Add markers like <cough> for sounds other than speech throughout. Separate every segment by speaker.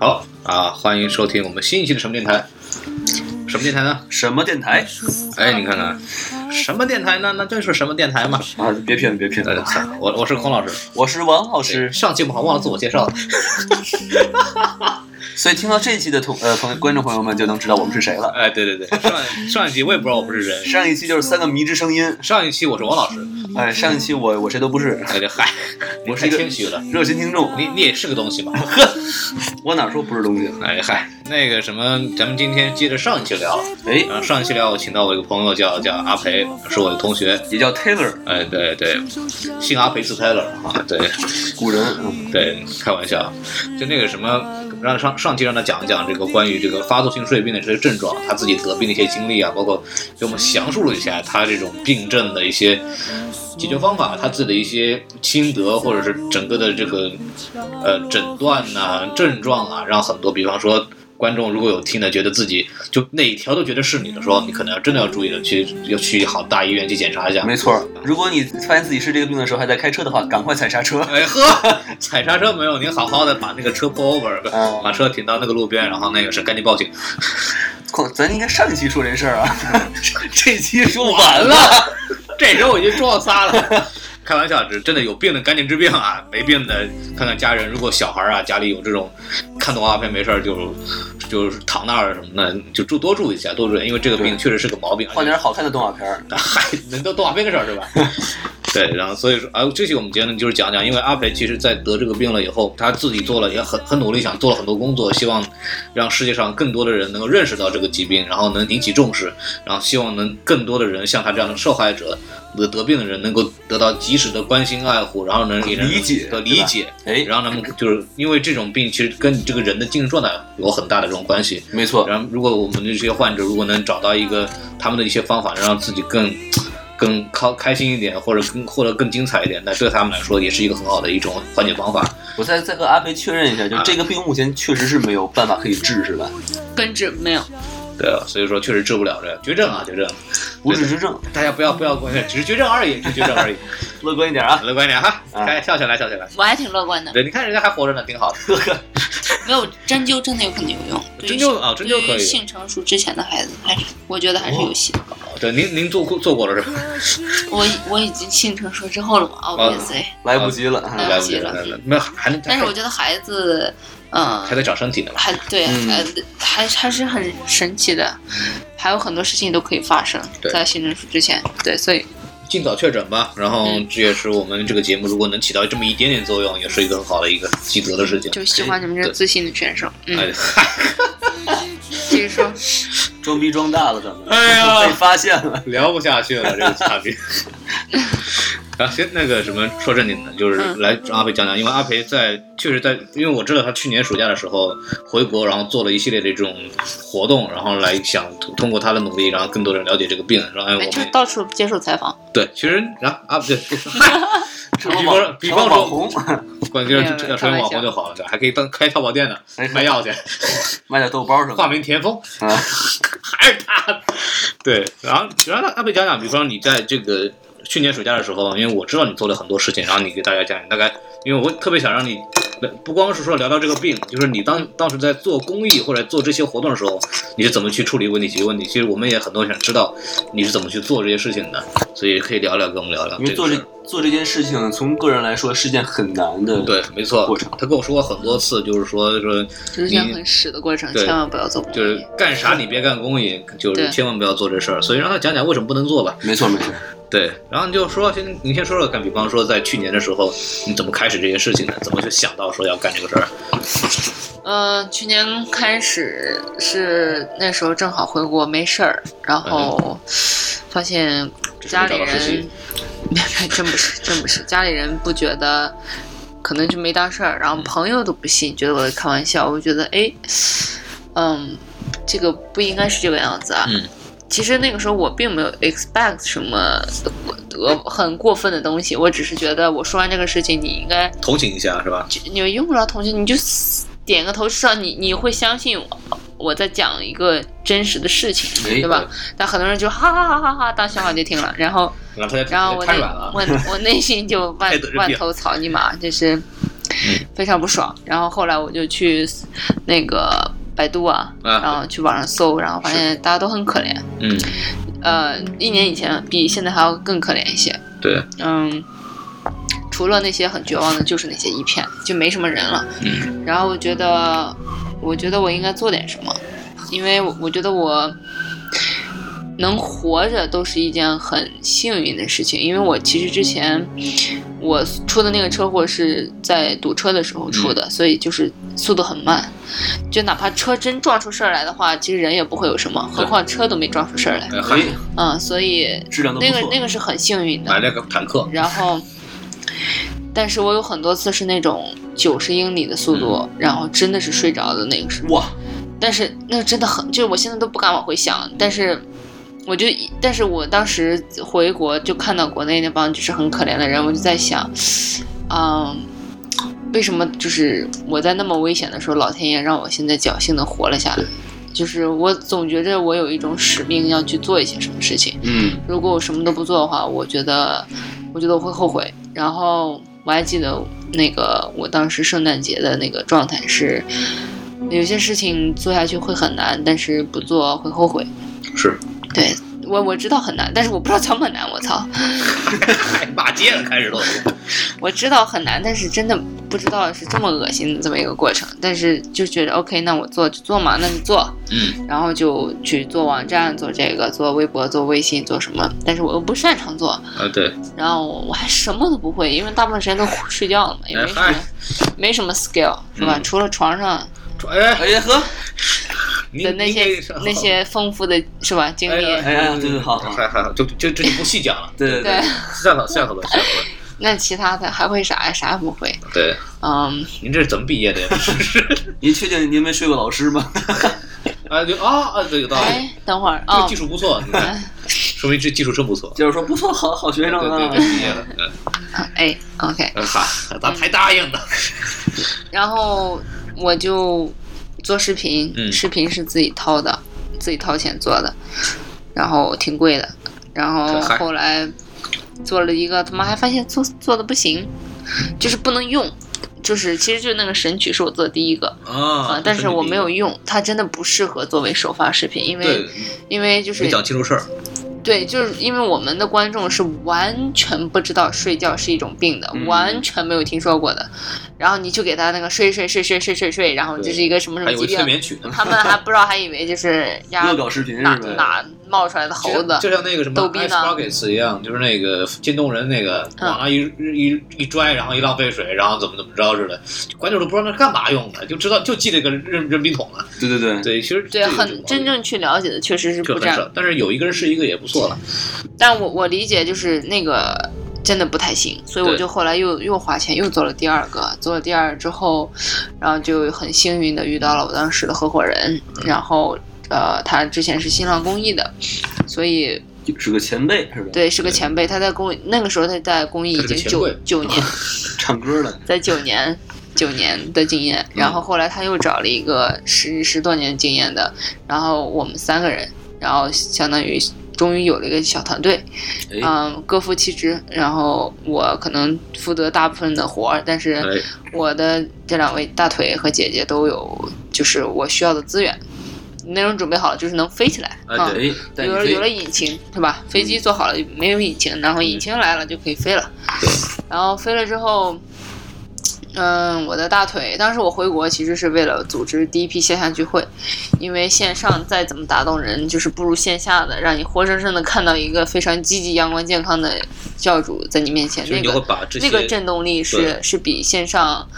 Speaker 1: 好啊，欢迎收听我们新一期的什么电台？什么电台呢？
Speaker 2: 什么电台？
Speaker 1: 哎，你看看，什么电哎台呢？那就是什么电台嘛。
Speaker 2: 啊，别骗，别骗
Speaker 1: 呃，我我是孔老师，
Speaker 2: 我是王老
Speaker 1: 是
Speaker 2: 师。
Speaker 1: 上期我们好像忘了自我介绍了。
Speaker 2: 所以听到这一期的同呃朋友观众朋友们就能知道我们是谁了。
Speaker 1: 哎，对对对，上上一期我也不知道我不是人，
Speaker 2: 上一期就是三个迷之声音，
Speaker 1: 上一期我是王老师，
Speaker 2: 哎，上一期我我谁都不是，
Speaker 1: 哎，这嗨，我太谦虚了。
Speaker 2: 热心听众，
Speaker 1: 你你也是个东西 <laughs> 嘛，
Speaker 2: 我哪说不是东西了？
Speaker 1: 哎嗨，那个什么，咱们今天接着上一期聊，
Speaker 2: 哎，
Speaker 1: 啊，上一期聊我请到我一个朋友叫叫阿培，是我的同学，
Speaker 2: 也叫 Taylor，
Speaker 1: 哎对对，姓阿培斯泰勒啊，对
Speaker 2: 古人，嗯
Speaker 1: 对，开玩笑，就那个什么，让上上期让他讲一讲这个关于这个发作性睡病的这些症状，他自己得病的一些经历啊，包括给我们详述了一下他这种病症的一些解决方法，他自己的一些心哎得，或者是整个的这个呃诊断呐、症状啊，让很多，比方说观众如果有听的，觉得自己就哪一条都觉得是你的时候，你可能要真的要注意了，去要去好大医院去检查一下。
Speaker 2: 没错。如果你发现自己是这个病的时候还在开车的话，赶快踩刹车。 <laughs>
Speaker 1: 哎呵，踩刹车没有？您好好的把那个车 pull over，
Speaker 2: 嗯
Speaker 1: 把车停到那个路边，然后那个是赶紧报警。
Speaker 2: 况咱应该上一期说这事儿啊， <laughs> 这期说
Speaker 1: 完
Speaker 2: 完了。
Speaker 1: 了，这时候我已经撞仨了。 <laughs> 开玩笑，只真的有病的赶紧治病啊，没病的看看家人。如果小孩啊家里有这种看动画片没事儿就就是躺那儿什么的，就住多住一下，多住一下，因为这个病确实是个毛病。而且
Speaker 2: 换点好看的动画片儿。
Speaker 1: <laughs> 嗨，人都动画片的事儿是
Speaker 2: <laughs>
Speaker 1: 吧？对，然后所以说啊，这期我们节目就是讲讲，因为阿培其实在得这个病了以后，他自己做了也很很努力，想做了很多工作，希望让世界上更多的人能够认识到这个疾病，然后能引起重视，然后希望能更多的人像他这样的受害者得得病的人能够得到及时的关心爱护，然后能也能
Speaker 2: 理解
Speaker 1: 得
Speaker 2: 对
Speaker 1: 理
Speaker 2: 吧
Speaker 1: 解，
Speaker 2: 哎，
Speaker 1: 然后他们就是因为这种病其实跟你这个人的精神状态有很大的这种关系，
Speaker 2: 没错，
Speaker 1: 然后，如果我们的这些患者如果能找到一个他们的一些方法，让自己更更开开心一点，或者更或者更精彩一点，那对他们来说也是一个很好的一种缓解方法。
Speaker 2: 我再再和阿培确认一下，
Speaker 1: 啊
Speaker 2: 就这个病目前确实是没有办法可以治，是吧？
Speaker 3: 根治没有，
Speaker 1: 对啊，所以说确实治不了这绝症啊，绝症，
Speaker 2: 无治之症，
Speaker 1: 大家不要不要过分，只是绝症而已，只是绝症而已，
Speaker 2: 乐观一点啊。
Speaker 1: 乐观一点哈，
Speaker 2: 啊
Speaker 1: 开笑起来，笑起来。
Speaker 3: 我还挺乐观的。
Speaker 1: 对，你看人家还活着呢，挺好的。
Speaker 3: 没有针灸真的有可能有用，对于
Speaker 1: 针灸啊针灸可以哦
Speaker 3: 对于性成熟之前的孩子，还是我觉得还是有戏。
Speaker 1: 对，您您做过做过了是吧？
Speaker 3: 我我已经性成熟之后了嘛
Speaker 2: <laughs>
Speaker 3: ，obviously，、
Speaker 1: 哦
Speaker 2: 来不及了
Speaker 3: 来
Speaker 2: 啊。
Speaker 3: 不
Speaker 1: 来不
Speaker 3: 及
Speaker 1: 及
Speaker 3: 嗯了
Speaker 1: 了，没有还能
Speaker 3: 但是我觉得孩子，嗯
Speaker 1: 还，在长身体呢嘛。
Speaker 3: 还对，
Speaker 2: 嗯
Speaker 3: 还还还是很神奇的，还有很多事情都可以发生
Speaker 1: 对
Speaker 3: 在性成熟之前。对，所以
Speaker 1: 尽早确诊吧，然后
Speaker 3: 嗯
Speaker 1: 这也是我们这个节目如果能起到这么一点点作用，也是一个很好的一个积德的事情。
Speaker 3: 就喜欢你们这
Speaker 1: 对
Speaker 3: 自信的选手。嗯，
Speaker 1: 哎，嗨，
Speaker 3: 这个
Speaker 1: <laughs>
Speaker 3: 时候
Speaker 2: 装逼装大了，咱们。
Speaker 1: 哎呀
Speaker 2: <laughs> 被发现了。
Speaker 1: <laughs> 聊不下去了，这个嘉
Speaker 3: <laughs>
Speaker 1: 宾。啊，行，那个什么，说正经的，就是
Speaker 3: 嗯
Speaker 1: 来让阿培讲讲，因为阿培在确实在，因为我知道他去年暑假的时候回国，然后做了一系列的这种活动，然后来想通过他的努力，让更多人了解这个病，然后哎我
Speaker 3: 哎就
Speaker 1: 们
Speaker 3: 到处接受采访，
Speaker 1: 对，其实啊啊不对， <laughs> 嗨
Speaker 2: 什么
Speaker 1: 比方说
Speaker 2: 网
Speaker 1: 比
Speaker 2: 什
Speaker 1: 方
Speaker 2: 么
Speaker 1: 说
Speaker 2: 网红，
Speaker 1: 关键
Speaker 3: 没
Speaker 1: 是
Speaker 3: 有
Speaker 1: 要成为网红
Speaker 3: 开玩笑
Speaker 1: 就好了，还可以当开淘宝店呢，
Speaker 2: 哎
Speaker 1: 卖药去， <laughs>
Speaker 2: 卖点豆包什么
Speaker 1: 化名田丰。
Speaker 2: 的啊？
Speaker 1: 还是他。 <laughs> 对，然后然后阿贝讲讲，比方你在这个嗯去年暑假的时候，因为我知道你做了很多事情，然后你给大家讲讲大概，因为我特别想让你不光是说聊到这个病，就是你当当时在做公益或者做这些活动的时候，你是怎么去处理问题、解决问题？其实我们也很多想知道你是怎么去做这些事情的，所以可以聊聊，跟我们聊聊
Speaker 2: 因为
Speaker 1: 这
Speaker 2: 做
Speaker 1: 个
Speaker 2: 这
Speaker 1: 事儿。
Speaker 2: 做这件事情，从个人来说是件很难的。
Speaker 1: 对，没错
Speaker 2: 过程，
Speaker 1: 他跟我说过很多次，就是说说
Speaker 3: 就是一件很屎的过程，
Speaker 1: 对
Speaker 3: 千万不要做。
Speaker 1: 就是干啥你别干公益，就是
Speaker 3: 对
Speaker 1: 千万不要做这事儿。所以让他讲讲为什么不能做吧。
Speaker 2: 没错没错，
Speaker 1: 对，然后你就说先，你先说说看，比方说在去年的时候，你怎么开始这些事情的？怎么就想到说要干这个事儿？
Speaker 3: 呃，去年开始是那时候正好回国没事儿，然后发现家里
Speaker 1: 嗯这是没
Speaker 3: 人， <laughs> 没没真不是真不是，家里人不觉得，可能就没当事儿，然后
Speaker 1: 嗯
Speaker 3: 朋友都不信，觉得我在开玩笑，我觉得哎，嗯，这个不应该是这个样子啊。
Speaker 1: 嗯
Speaker 3: 其实那个时候我并没有 expect 什么呃很过分的东西，我只是觉得我说完这个事情，你应该
Speaker 1: 同情一下是吧？
Speaker 3: 就你们用不着同情，你就点个头，至少你你会相信我，我在讲一个真实的事情，
Speaker 2: 哎
Speaker 3: 对吧？但很多人就哈哈哈哈哈当笑话就听了，
Speaker 1: <laughs>
Speaker 3: 然后
Speaker 1: 然后他就
Speaker 3: 然后我
Speaker 1: 瘫
Speaker 3: 内
Speaker 1: 软了。
Speaker 3: 我我内心
Speaker 1: <laughs>
Speaker 3: 就万
Speaker 1: 太得人嗯
Speaker 3: 万
Speaker 1: 病
Speaker 3: 头草泥马，就是非常不爽。然后后来我就去那个百度啊，
Speaker 1: 啊
Speaker 3: 然后去网上搜，然后发现大家都很可怜，
Speaker 1: 嗯，
Speaker 3: 呃，一年以前比现在还要更可怜一些，
Speaker 1: 对，
Speaker 3: 嗯。除了那些很绝望的，就是那些一片，就没什么人了。
Speaker 1: 嗯
Speaker 3: 然后我觉得，我觉得我应该做点什么，因为我我觉得我能活着都是一件很幸运的事情。因为我其实之前我出的那个车祸是在堵车的时候出的，
Speaker 2: 嗯
Speaker 3: 所以就是速度很慢，就哪怕车真撞出事儿来的话，其实人也不会有什么，何况车都没撞出事儿来。
Speaker 1: 呃还
Speaker 2: 哎，
Speaker 3: 嗯，所以
Speaker 2: 质量都不
Speaker 3: 那
Speaker 2: 错。
Speaker 3: 个那个是很幸运的。
Speaker 1: 买了个坦克，
Speaker 3: 然后，但是我有很多次是那种九十英里的速度，然后真的是睡着的那个时候。
Speaker 2: 哇，
Speaker 3: 但是那个真的很，就是我现在都不敢往回想。但是，我就，但是我当时回国就看到国内那帮就是很可怜的人，我就在想，嗯。为什么就是我在那么危险的时候，老天爷让我现在侥幸的活了下来？就是我总觉着我有一种使命要去做一些什么事情，
Speaker 2: 嗯，
Speaker 3: 如果我什么都不做的话，我觉得，我觉得我会后悔。然后我还记得那个我当时圣诞节的那个状态是，有些事情做下去会很难，但是不做会后悔。
Speaker 1: 是
Speaker 3: 对我我知道很难，但是我不知道怎么难。我操，
Speaker 1: 太骂街了，开始都。啊
Speaker 3: 我知道很难，但是真的不知道是这么恶心的这么一个过程。但是就觉得 OK，那我做就做嘛，那就做。
Speaker 1: 嗯
Speaker 3: 然后就去做网站，做这个，做微博，做微信，做什么，但是我又不擅长做。
Speaker 1: 啊，对，
Speaker 3: 然后我还什么都不会，因为大部分时间都睡觉了嘛，也没什
Speaker 1: 哎
Speaker 3: 么，没什么 skill 是吧？
Speaker 1: 嗯
Speaker 3: 除了床上
Speaker 1: 说哎，
Speaker 2: 哎呀呵，
Speaker 1: 你
Speaker 3: 的呃那些那，些丰富的是吧经
Speaker 1: 你给
Speaker 3: 历，
Speaker 1: 哎
Speaker 2: 哎呀对对好好
Speaker 1: 还还就就这就不细讲了，
Speaker 2: 对对
Speaker 3: 对，
Speaker 1: 下头下头吧，下头吧。
Speaker 3: <laughs> 那其他的还会啥呀？啥也不会。
Speaker 1: 对，
Speaker 3: 嗯，
Speaker 1: 您这是怎么毕业的呀？ <laughs>
Speaker 2: 您确定您没睡过老师吗？ <laughs>
Speaker 1: 啊，就啊啊，对，有道理，
Speaker 3: 哎，嗯等会儿
Speaker 1: 这
Speaker 3: 啊
Speaker 1: 个技，术不错，你看，说明这技术真不错。
Speaker 2: 就是说不错，好好学生
Speaker 1: 对对
Speaker 2: 啊
Speaker 1: 对，。毕业了，嗯
Speaker 3: 哎，OK，
Speaker 1: 嗯，
Speaker 3: <laughs>
Speaker 1: 哈，咱还答应呢。
Speaker 3: 然后我就做视频，
Speaker 1: 嗯
Speaker 3: 视频是自己掏的，自己掏钱做的，然后挺贵的，然后
Speaker 1: 嗨
Speaker 3: 后来做了一个，他妈还发现做做的不行，就是不能用，就是其实就是那个神曲是我做的第一个啊、
Speaker 1: 啊
Speaker 3: 但是我没有用，它真的不适合作为首发视频，因为
Speaker 1: 对，
Speaker 3: 因为就是
Speaker 1: 没讲清楚事儿。
Speaker 3: 对，就是因为我们的观众是完全不知道睡觉是一种病的，
Speaker 2: 嗯
Speaker 3: 完全没有听说过的。然后你就给他那个睡睡睡睡睡睡睡，然后这是一个什么什
Speaker 1: 还
Speaker 3: 么
Speaker 1: 有
Speaker 3: 疾
Speaker 1: 个催
Speaker 3: 病，啊
Speaker 1: 眠曲呢，
Speaker 3: <laughs> 他们还不知道，还以为就是呀
Speaker 2: 恶搞视频是
Speaker 3: 哪
Speaker 2: 吧？
Speaker 3: 哪冒出来的猴子
Speaker 1: 就像就像那个什么
Speaker 3: 逗逼
Speaker 1: Ice
Speaker 3: 呢
Speaker 1: Buckets 一样，就是那个渐冻人那个
Speaker 3: 嗯
Speaker 1: 往那一一一拽，然后一浪费水，然后怎么怎么着似的，观众都不知道那是干嘛用的，就知道就记这个扔扔冰桶了。
Speaker 2: 对对对，
Speaker 1: 对，其实这
Speaker 3: 对，
Speaker 1: 个
Speaker 3: 很真正去了解的确实是
Speaker 1: 就
Speaker 3: 不
Speaker 1: 很
Speaker 3: 这样
Speaker 1: 少，但是有一个人是一个也不错了。
Speaker 3: 但我我理解就是那个真的不太行，所以我
Speaker 1: 对
Speaker 3: 就后来又又花钱又做了第二个，做了第二之后，然后就很幸运的遇到了我当时的合伙人，
Speaker 1: 嗯
Speaker 3: 然后呃他之前是新浪公益的，所以
Speaker 2: 是个前辈是吧？，
Speaker 3: 对是个前辈，他在公益那个时候他在公益已经
Speaker 1: 他是个
Speaker 3: 九
Speaker 1: 前辈 <laughs>
Speaker 3: 九年，
Speaker 2: 唱歌的，
Speaker 3: 在九年。九年的经验，然
Speaker 1: 嗯
Speaker 3: 后后来他又找了一个十十多年经验的，然后我们三个人，然后相当于中终于有了一个小团队，
Speaker 2: 哎，
Speaker 3: 嗯，各负其职。然后我可能负责大部分的活儿，但是
Speaker 1: 哎，
Speaker 3: 我的这两位大腿和姐姐都有，就是我需要的资源。内容准备好了，就是能飞起来。
Speaker 1: 啊
Speaker 3: 嗯，
Speaker 2: 哎，但你
Speaker 3: 有了
Speaker 2: 可
Speaker 3: 有了
Speaker 2: 以
Speaker 3: 引擎是吧？飞
Speaker 1: 嗯
Speaker 3: 机做好了没有引擎，然后引擎来了就可以飞了。
Speaker 1: 对，
Speaker 3: <laughs> 然后飞了之后，嗯，我的大腿，当时我回国其实是为了组织第一批线下聚会，因为线上再怎么打动人，就是不如线下的，让你活生生的看到一个非常积极、阳光、健康的教主在你面前，
Speaker 1: 就是
Speaker 3: 那
Speaker 1: 你会
Speaker 3: 个
Speaker 1: 把这些
Speaker 3: 那个震动力是
Speaker 1: 对
Speaker 3: 是比线上。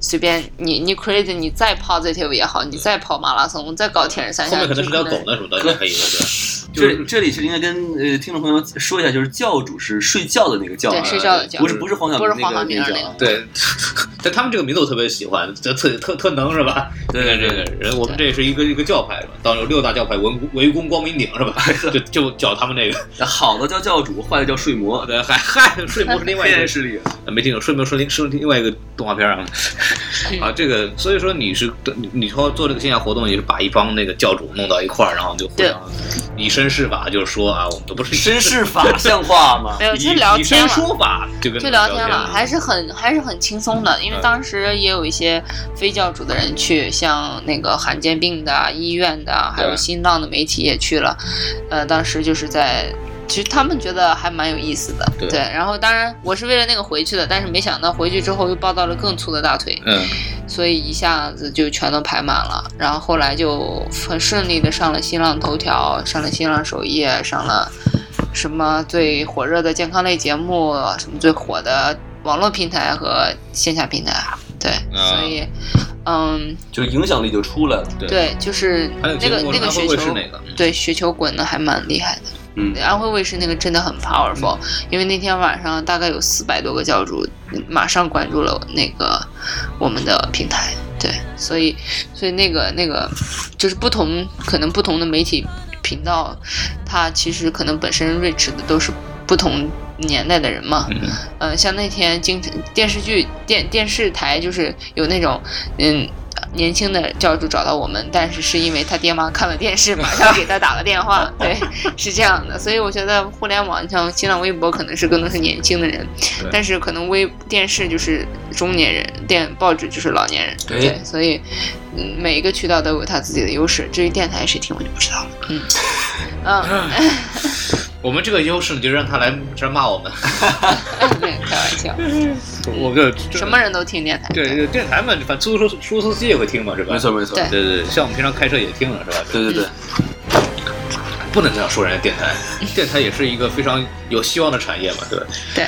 Speaker 3: 随便你，你 crazy，你再跑 positive 也好，你再跑马拉松，再搞铁人三
Speaker 1: 后
Speaker 3: 项，
Speaker 1: 面可
Speaker 3: 就
Speaker 1: 能是条狗呢，
Speaker 3: 能
Speaker 1: 什
Speaker 3: <laughs>
Speaker 1: 么的，你可以的，对。
Speaker 2: 这这里是应该跟呃听众朋友说一下，就是教主是睡觉的那个教啊，
Speaker 3: 对睡觉的教
Speaker 2: 不是不是黄晓
Speaker 3: 不是
Speaker 2: 明那
Speaker 3: 黄晓
Speaker 2: 个
Speaker 3: 明
Speaker 2: 那个
Speaker 3: 那
Speaker 2: 教啊，
Speaker 1: 对， <laughs> 但他们这个名字我特别喜欢，这特特特能是吧？
Speaker 2: 对
Speaker 1: 这个人，我们这是一个一个教派是吧？当时有六大教派文围攻光明顶是 <laughs> 吧？就就叫他们这个，
Speaker 2: 对，好的叫教主，坏的叫睡魔，
Speaker 1: 对，还还睡魔是另外
Speaker 2: 黑
Speaker 1: 一 <laughs>
Speaker 2: 暗
Speaker 1: 个
Speaker 2: 势力。
Speaker 1: 没听懂，睡魔是另是另外一个动画片啊
Speaker 3: 嗯
Speaker 1: 啊，这个所以说你是你你说做这个线下活动，你是把一帮那个教主弄到一块儿，然后就互
Speaker 3: 对
Speaker 1: 相以身试法，就是说啊，我们都不是
Speaker 2: 绅士 <laughs> 法像话吗
Speaker 3: 没？有，就
Speaker 1: 以
Speaker 3: 是聊
Speaker 1: 以身
Speaker 3: 天了。
Speaker 1: 说法，就跟
Speaker 3: 就
Speaker 1: 聊
Speaker 3: 聊天了，还是很还是很轻松的，因为
Speaker 1: 嗯
Speaker 3: 当时也有一些非教主的人去，像那个罕见病的啊医院的，还有
Speaker 1: 对
Speaker 3: 新浪的媒体也去了，呃，当时就是在。其实他们觉得还蛮有意思的，
Speaker 1: 对
Speaker 3: 然后当然我是为了那个回去的，但是没想到回去之后又抱到了更粗的大腿，
Speaker 1: 嗯，
Speaker 3: 所以一下子就全都排满了。然后后来就很顺利的上了新浪头条，上了新浪首页，上了什么最火热的健康类节目，什么最火的网络平台和线下平台。对，
Speaker 1: 啊
Speaker 3: 所以，嗯，
Speaker 2: 就影响力就出来了。
Speaker 1: 对
Speaker 3: 对，就是
Speaker 1: 还有
Speaker 3: 那个
Speaker 1: 节目
Speaker 3: 那个
Speaker 1: 安
Speaker 3: 雪
Speaker 1: 徽卫视
Speaker 3: 球，
Speaker 1: 那个，
Speaker 3: 对雪球滚的还蛮厉害的。
Speaker 2: 嗯，
Speaker 3: 安徽卫视那个真的很 powerful，、因为那天晚上大概有四百多个教主马上关注了那个我们的平台，对，所以所以那个那个就是不同可能不同的媒体频道，它其实可能本身 reach 的都是不同年代的人嘛，
Speaker 1: 嗯
Speaker 3: 呃，像那天经常电视剧电电视台就是有那种嗯。年轻的教主找到我们，但是是因为他爹妈看了电视，马上给他打了电
Speaker 1: <laughs>
Speaker 3: 话，对，是这样的。所以我觉得互联网像新浪微博可能是更多是年轻的人
Speaker 1: 对，
Speaker 3: 但是可能微电视就是中年人，电报纸就是老年人，
Speaker 2: 对
Speaker 3: 对，所以嗯每一个渠道都有它自己的优势。至于电台谁听我就不知道了，嗯嗯，
Speaker 1: <laughs> 我们这个优势，你就让他来这儿骂我们， <laughs>
Speaker 3: <laughs> 对，开玩笑，
Speaker 1: 我们就
Speaker 3: 什么人都听电台，
Speaker 1: 对对电台嘛，反正出租车出租车司机也会听嘛，是吧？
Speaker 2: 没错没错，
Speaker 3: 对嗯
Speaker 1: 对对对，像我们平常开车也听了，是吧？
Speaker 2: 对对对，
Speaker 1: 不能这样说人家电台，电台也是一个非常有希望的产业嘛，对吧？
Speaker 3: 对，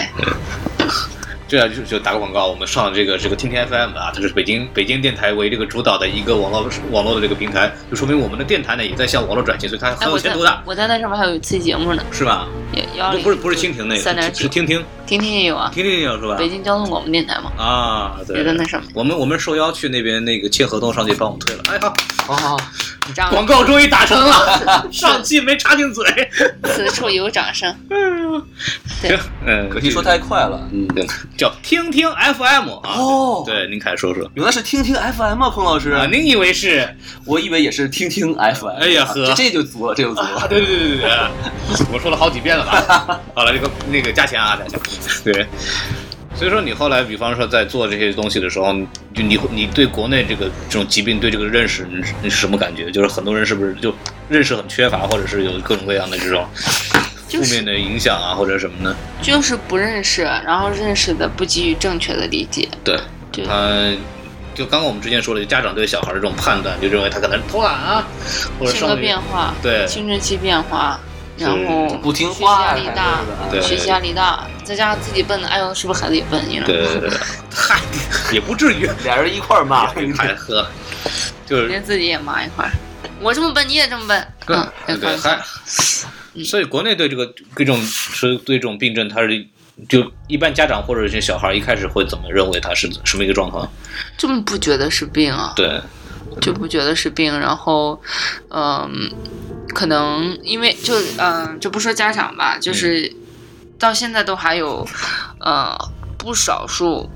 Speaker 1: 这样就就打个广告，我们上这个这个听天 FM 啊，它是北京北京电台为这个主导的一个网络网络的这个平台，就说明我们的电台呢也在向网络转型，所以它
Speaker 3: 哎，
Speaker 1: 很有
Speaker 3: 我
Speaker 1: 前
Speaker 3: 在
Speaker 1: 途的，
Speaker 3: 我在那上面还有一期节目呢，
Speaker 1: 是吧？
Speaker 3: 也幺
Speaker 1: 不
Speaker 3: 零
Speaker 1: 不是不是蜻蜓那
Speaker 3: 三
Speaker 1: 个，
Speaker 3: 点
Speaker 1: 是是
Speaker 3: 九，
Speaker 1: 听听
Speaker 3: 听听也有啊，
Speaker 1: 听听有是吧？
Speaker 3: 北京交通广播电台嘛，
Speaker 1: 啊，
Speaker 3: 也在
Speaker 1: 对
Speaker 3: 那。上面。
Speaker 1: 我们我们受邀去那边那个签合同，上去帮我们推了。哎
Speaker 3: 啊
Speaker 1: 呀，
Speaker 2: 好好好，
Speaker 3: 这样
Speaker 1: 广告终于打成了，上期没插进嘴。
Speaker 3: 此处有掌声。对
Speaker 1: 行， <laughs> 嗯，
Speaker 2: 可惜说太快了。嗯，
Speaker 1: 对叫听听 FM 啊。
Speaker 2: 哦
Speaker 1: 对，您凯说说
Speaker 2: 原来是听听 FM 啊，孔老师，
Speaker 1: 啊，您以为是？
Speaker 2: 我以为也是听听 FM。
Speaker 1: 哎呀呵
Speaker 2: 这这就足了，这就
Speaker 1: <laughs>
Speaker 2: 足了。
Speaker 1: 对对对对对，啊我说了好几遍了吧？好了，这个那个加钱啊，加钱。对。所以说，你后来，比方说在做这些东西的时候，你就你你对国内这个这种疾病对这个认识，你是你是什么感觉？就是很多人是不是就认识很缺乏，或者是有各种各样的这种负
Speaker 3: 就是
Speaker 1: 面的影响啊，或者什么呢？
Speaker 3: 就是不认识，然后认识的不给予正确的理解。
Speaker 1: 对，
Speaker 3: 对，
Speaker 1: 他就刚刚我们之前说的，就家长对小孩的这种判断，就认为他可能偷懒啊，或者
Speaker 3: 性
Speaker 1: 上
Speaker 3: 格
Speaker 1: 学
Speaker 3: 变化，
Speaker 1: 对
Speaker 3: 青春期变化，然后
Speaker 2: 不听话
Speaker 3: 学习压力大，
Speaker 1: 对
Speaker 3: 学习压力大，再加上自己笨，哎呦，是不是孩子也笨？你知道
Speaker 1: 对
Speaker 3: 吗？
Speaker 1: 对对，对 <laughs> 嗨，也不至于，
Speaker 2: 俩人一块儿骂，
Speaker 1: 还喝，就是
Speaker 3: <laughs> 连自己也骂一块儿。我这么笨，你也这么笨，嗯，
Speaker 1: 对
Speaker 3: 开
Speaker 1: 对
Speaker 3: 玩笑
Speaker 1: 还，所以国内对这个这种是对这种病症，他是就一般家长或者是小孩一开始会怎么认为他是什么一个状况？
Speaker 3: 这么不觉得是病啊？
Speaker 1: 对，
Speaker 3: 就不觉得是病，然后，嗯，可能因为就嗯，就不说家长吧，就是到现在都还有，呃，不少数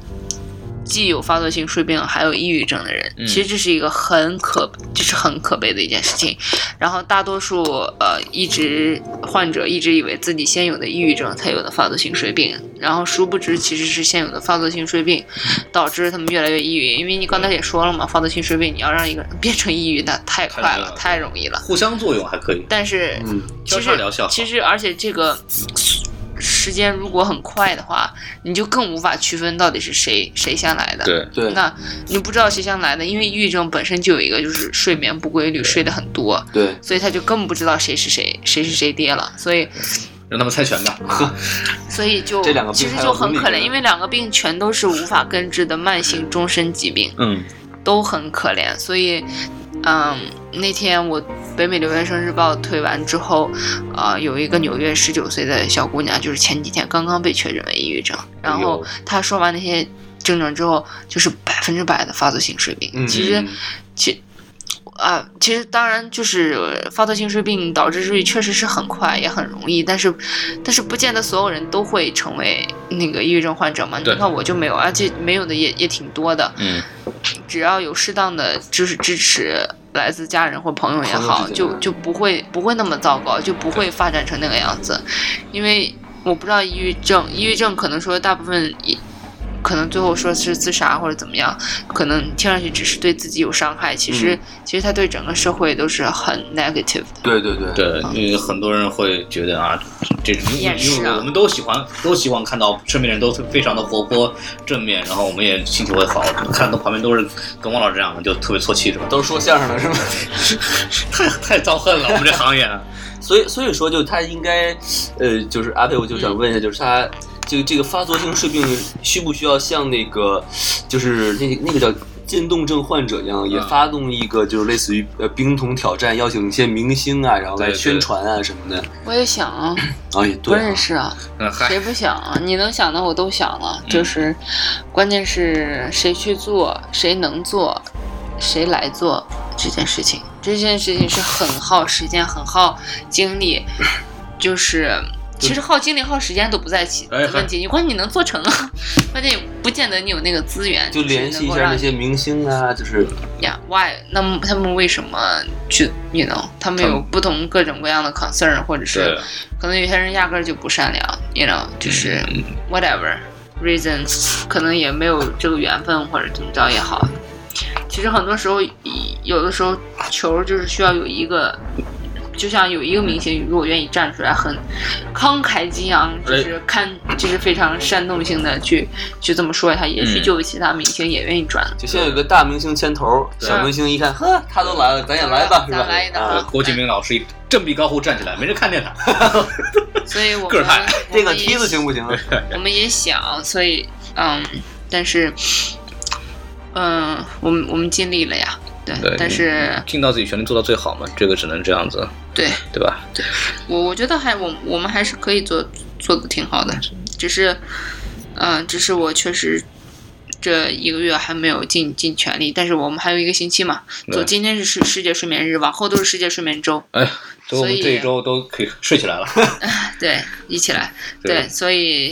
Speaker 3: 既有发作性睡病，还有抑郁症的人，
Speaker 1: 嗯
Speaker 3: 其实这是一个很可，这是很可悲的一件事情。然后大多数呃，一直患者一直以为自己先有的抑郁症才有的发作性睡病，然后殊不知其实是先有的发作性睡病导致他们越来越抑郁。因为你刚才也说了嘛，发作性睡病你要让一个人变成抑郁，那太
Speaker 1: 太
Speaker 3: 快
Speaker 1: 难
Speaker 3: 了，
Speaker 1: 了
Speaker 3: 太容易了。
Speaker 1: 互相作用还可以。
Speaker 3: 但是
Speaker 2: 嗯，
Speaker 3: 其
Speaker 1: 交
Speaker 3: 实
Speaker 1: 叉疗效
Speaker 3: 其实而且这个时间如果很快的话，你就更无法区分到底是谁谁先来的。
Speaker 1: 对，
Speaker 2: <laughs> 对
Speaker 3: 那你不知道谁先来的，因为抑郁症本身就有一个就是睡眠不规律，睡得很多，
Speaker 2: 对，
Speaker 3: 所以他就更不知道谁是谁谁是谁爹了。所以
Speaker 1: 让他们猜拳吧。
Speaker 3: 所以就
Speaker 2: 这两个病
Speaker 3: 其实
Speaker 2: 还
Speaker 3: 就
Speaker 2: 有伦
Speaker 3: 很
Speaker 2: 理
Speaker 3: 可怜，
Speaker 2: 的
Speaker 3: 因为两个病全都是无法根治的慢性终身疾病。
Speaker 1: 嗯，
Speaker 3: 都很可怜，所以，嗯，那天我北美留学生日报推完之后，呃，有一个纽约十九岁的小姑娘，就是前几天刚刚被确诊为抑郁症，然后
Speaker 1: 哎呦
Speaker 3: 她说完那些症状之后，就是百分之百的发作性睡病。
Speaker 2: 嗯
Speaker 3: 其实
Speaker 1: 嗯，
Speaker 3: 其啊、其实当然就是呃发作性睡病导致治愈确实是很快也很容易，但是但是不见得所有人都会成为那个抑郁症患者嘛。你
Speaker 1: 对
Speaker 3: 看我就没有，而且没有的也也挺多的。
Speaker 1: 嗯，
Speaker 3: 只要有适当的就是支持，来自家人或朋友也好，
Speaker 2: 朋友之间
Speaker 3: 就就不会不会那么糟糕，就不会发展成那个样子。因为我不知道抑郁症，抑郁症可能说大部分也可能最后说是自杀或者怎么样，可能听上去只是对自己有伤害，其实、
Speaker 2: 嗯
Speaker 3: 其实他对整个社会都是很 negative 的。
Speaker 2: 对对对，
Speaker 1: 对，因为很多人会觉得啊，这种
Speaker 3: 也是
Speaker 1: 因
Speaker 3: 啊
Speaker 1: 为我们都喜欢，都希望看到身边人都非常的活泼正面，然后我们也心情会好。看到旁边都是跟汪老师这样的，就特别错气，是吧？ <laughs>
Speaker 2: 都是说相声的是吧？
Speaker 1: 太太遭恨了，我们这行
Speaker 3: <laughs>
Speaker 1: 业。
Speaker 2: <laughs> 所以所以说，就他应该，呃，就是阿佩，我就
Speaker 1: 嗯
Speaker 2: 想问一下，就是他这个这个发作性睡病需不需要像那个，就是那那个叫。渐冻症患者一样，也
Speaker 1: 嗯
Speaker 2: 发动一个就是类似于呃冰桶挑战，邀请一些明星啊，然后来
Speaker 1: 对对
Speaker 2: 宣传啊什么的。
Speaker 3: 我也想啊，
Speaker 2: 啊，也
Speaker 3: 不
Speaker 2: 对嗯啊
Speaker 3: 认，识啊，
Speaker 1: 嗯，嗨，
Speaker 3: 谁不想啊？你能想的我都想了，就是，关键是谁去做，谁能做，谁来做这件事情。这件事情是很耗时间，很耗精力，就是其实耗精力、耗时间都不在其
Speaker 1: 哎
Speaker 3: 问题，你关键你能做成啊， <laughs> 关键不见得你有那个资源，
Speaker 2: 就是联系
Speaker 3: 能
Speaker 2: 一
Speaker 3: 够
Speaker 2: 下
Speaker 3: 让
Speaker 2: 那些明星啊，就是
Speaker 3: 呀，why？那么他们为什么去？you know，他
Speaker 1: 他
Speaker 3: 们
Speaker 1: 们
Speaker 3: 有不同各种各样的 concern，或者是
Speaker 1: 对，
Speaker 3: 可能有些人压根儿就不善良，you know，就是
Speaker 1: 嗯
Speaker 3: whatever reasons，可能也没有这个缘分或者怎么着也好。其实很多时候，以有的时候球就是需要有一个，就像有一个明星，如果愿意站出来，很慷慨激昂，就
Speaker 1: 哎
Speaker 3: 是看就是非常煽动性的去去这么说一下，也许
Speaker 1: 嗯
Speaker 3: 就有其他明星也愿意转。
Speaker 2: 就先有个大明星牵头，
Speaker 1: 对
Speaker 2: 小明星一看，呵，他都来了，咱也来吧，是吧
Speaker 3: 咱来一？档
Speaker 2: 啊，
Speaker 1: 郭敬明老师一振臂高呼站起来，没人看见他。
Speaker 3: 所以我
Speaker 1: 个
Speaker 3: 们
Speaker 1: 儿大
Speaker 3: 我
Speaker 2: 这个
Speaker 3: 们也
Speaker 2: 梯子行
Speaker 1: <laughs>
Speaker 2: 不行？
Speaker 3: 我们也想，所以嗯，但是嗯、我们我们尽力了呀，对，
Speaker 1: 对
Speaker 3: 但是
Speaker 1: 尽到自己全力做到最好嘛，这个只能这样子，
Speaker 3: 对
Speaker 1: 对吧？
Speaker 3: 我我觉得还我我们还是可以做做的挺好的，只是嗯、只是我确实。这一个月还没有尽尽全力，但是我们还有一个星期嘛。
Speaker 1: 对
Speaker 3: 就今天是世世界睡眠日，往后都是世界睡眠周。
Speaker 1: 哎，所以我
Speaker 3: 所
Speaker 1: 们
Speaker 3: 以
Speaker 1: 这一周都可以睡起来了。
Speaker 3: 对，一起来。
Speaker 1: 对
Speaker 3: <laughs> 对，所以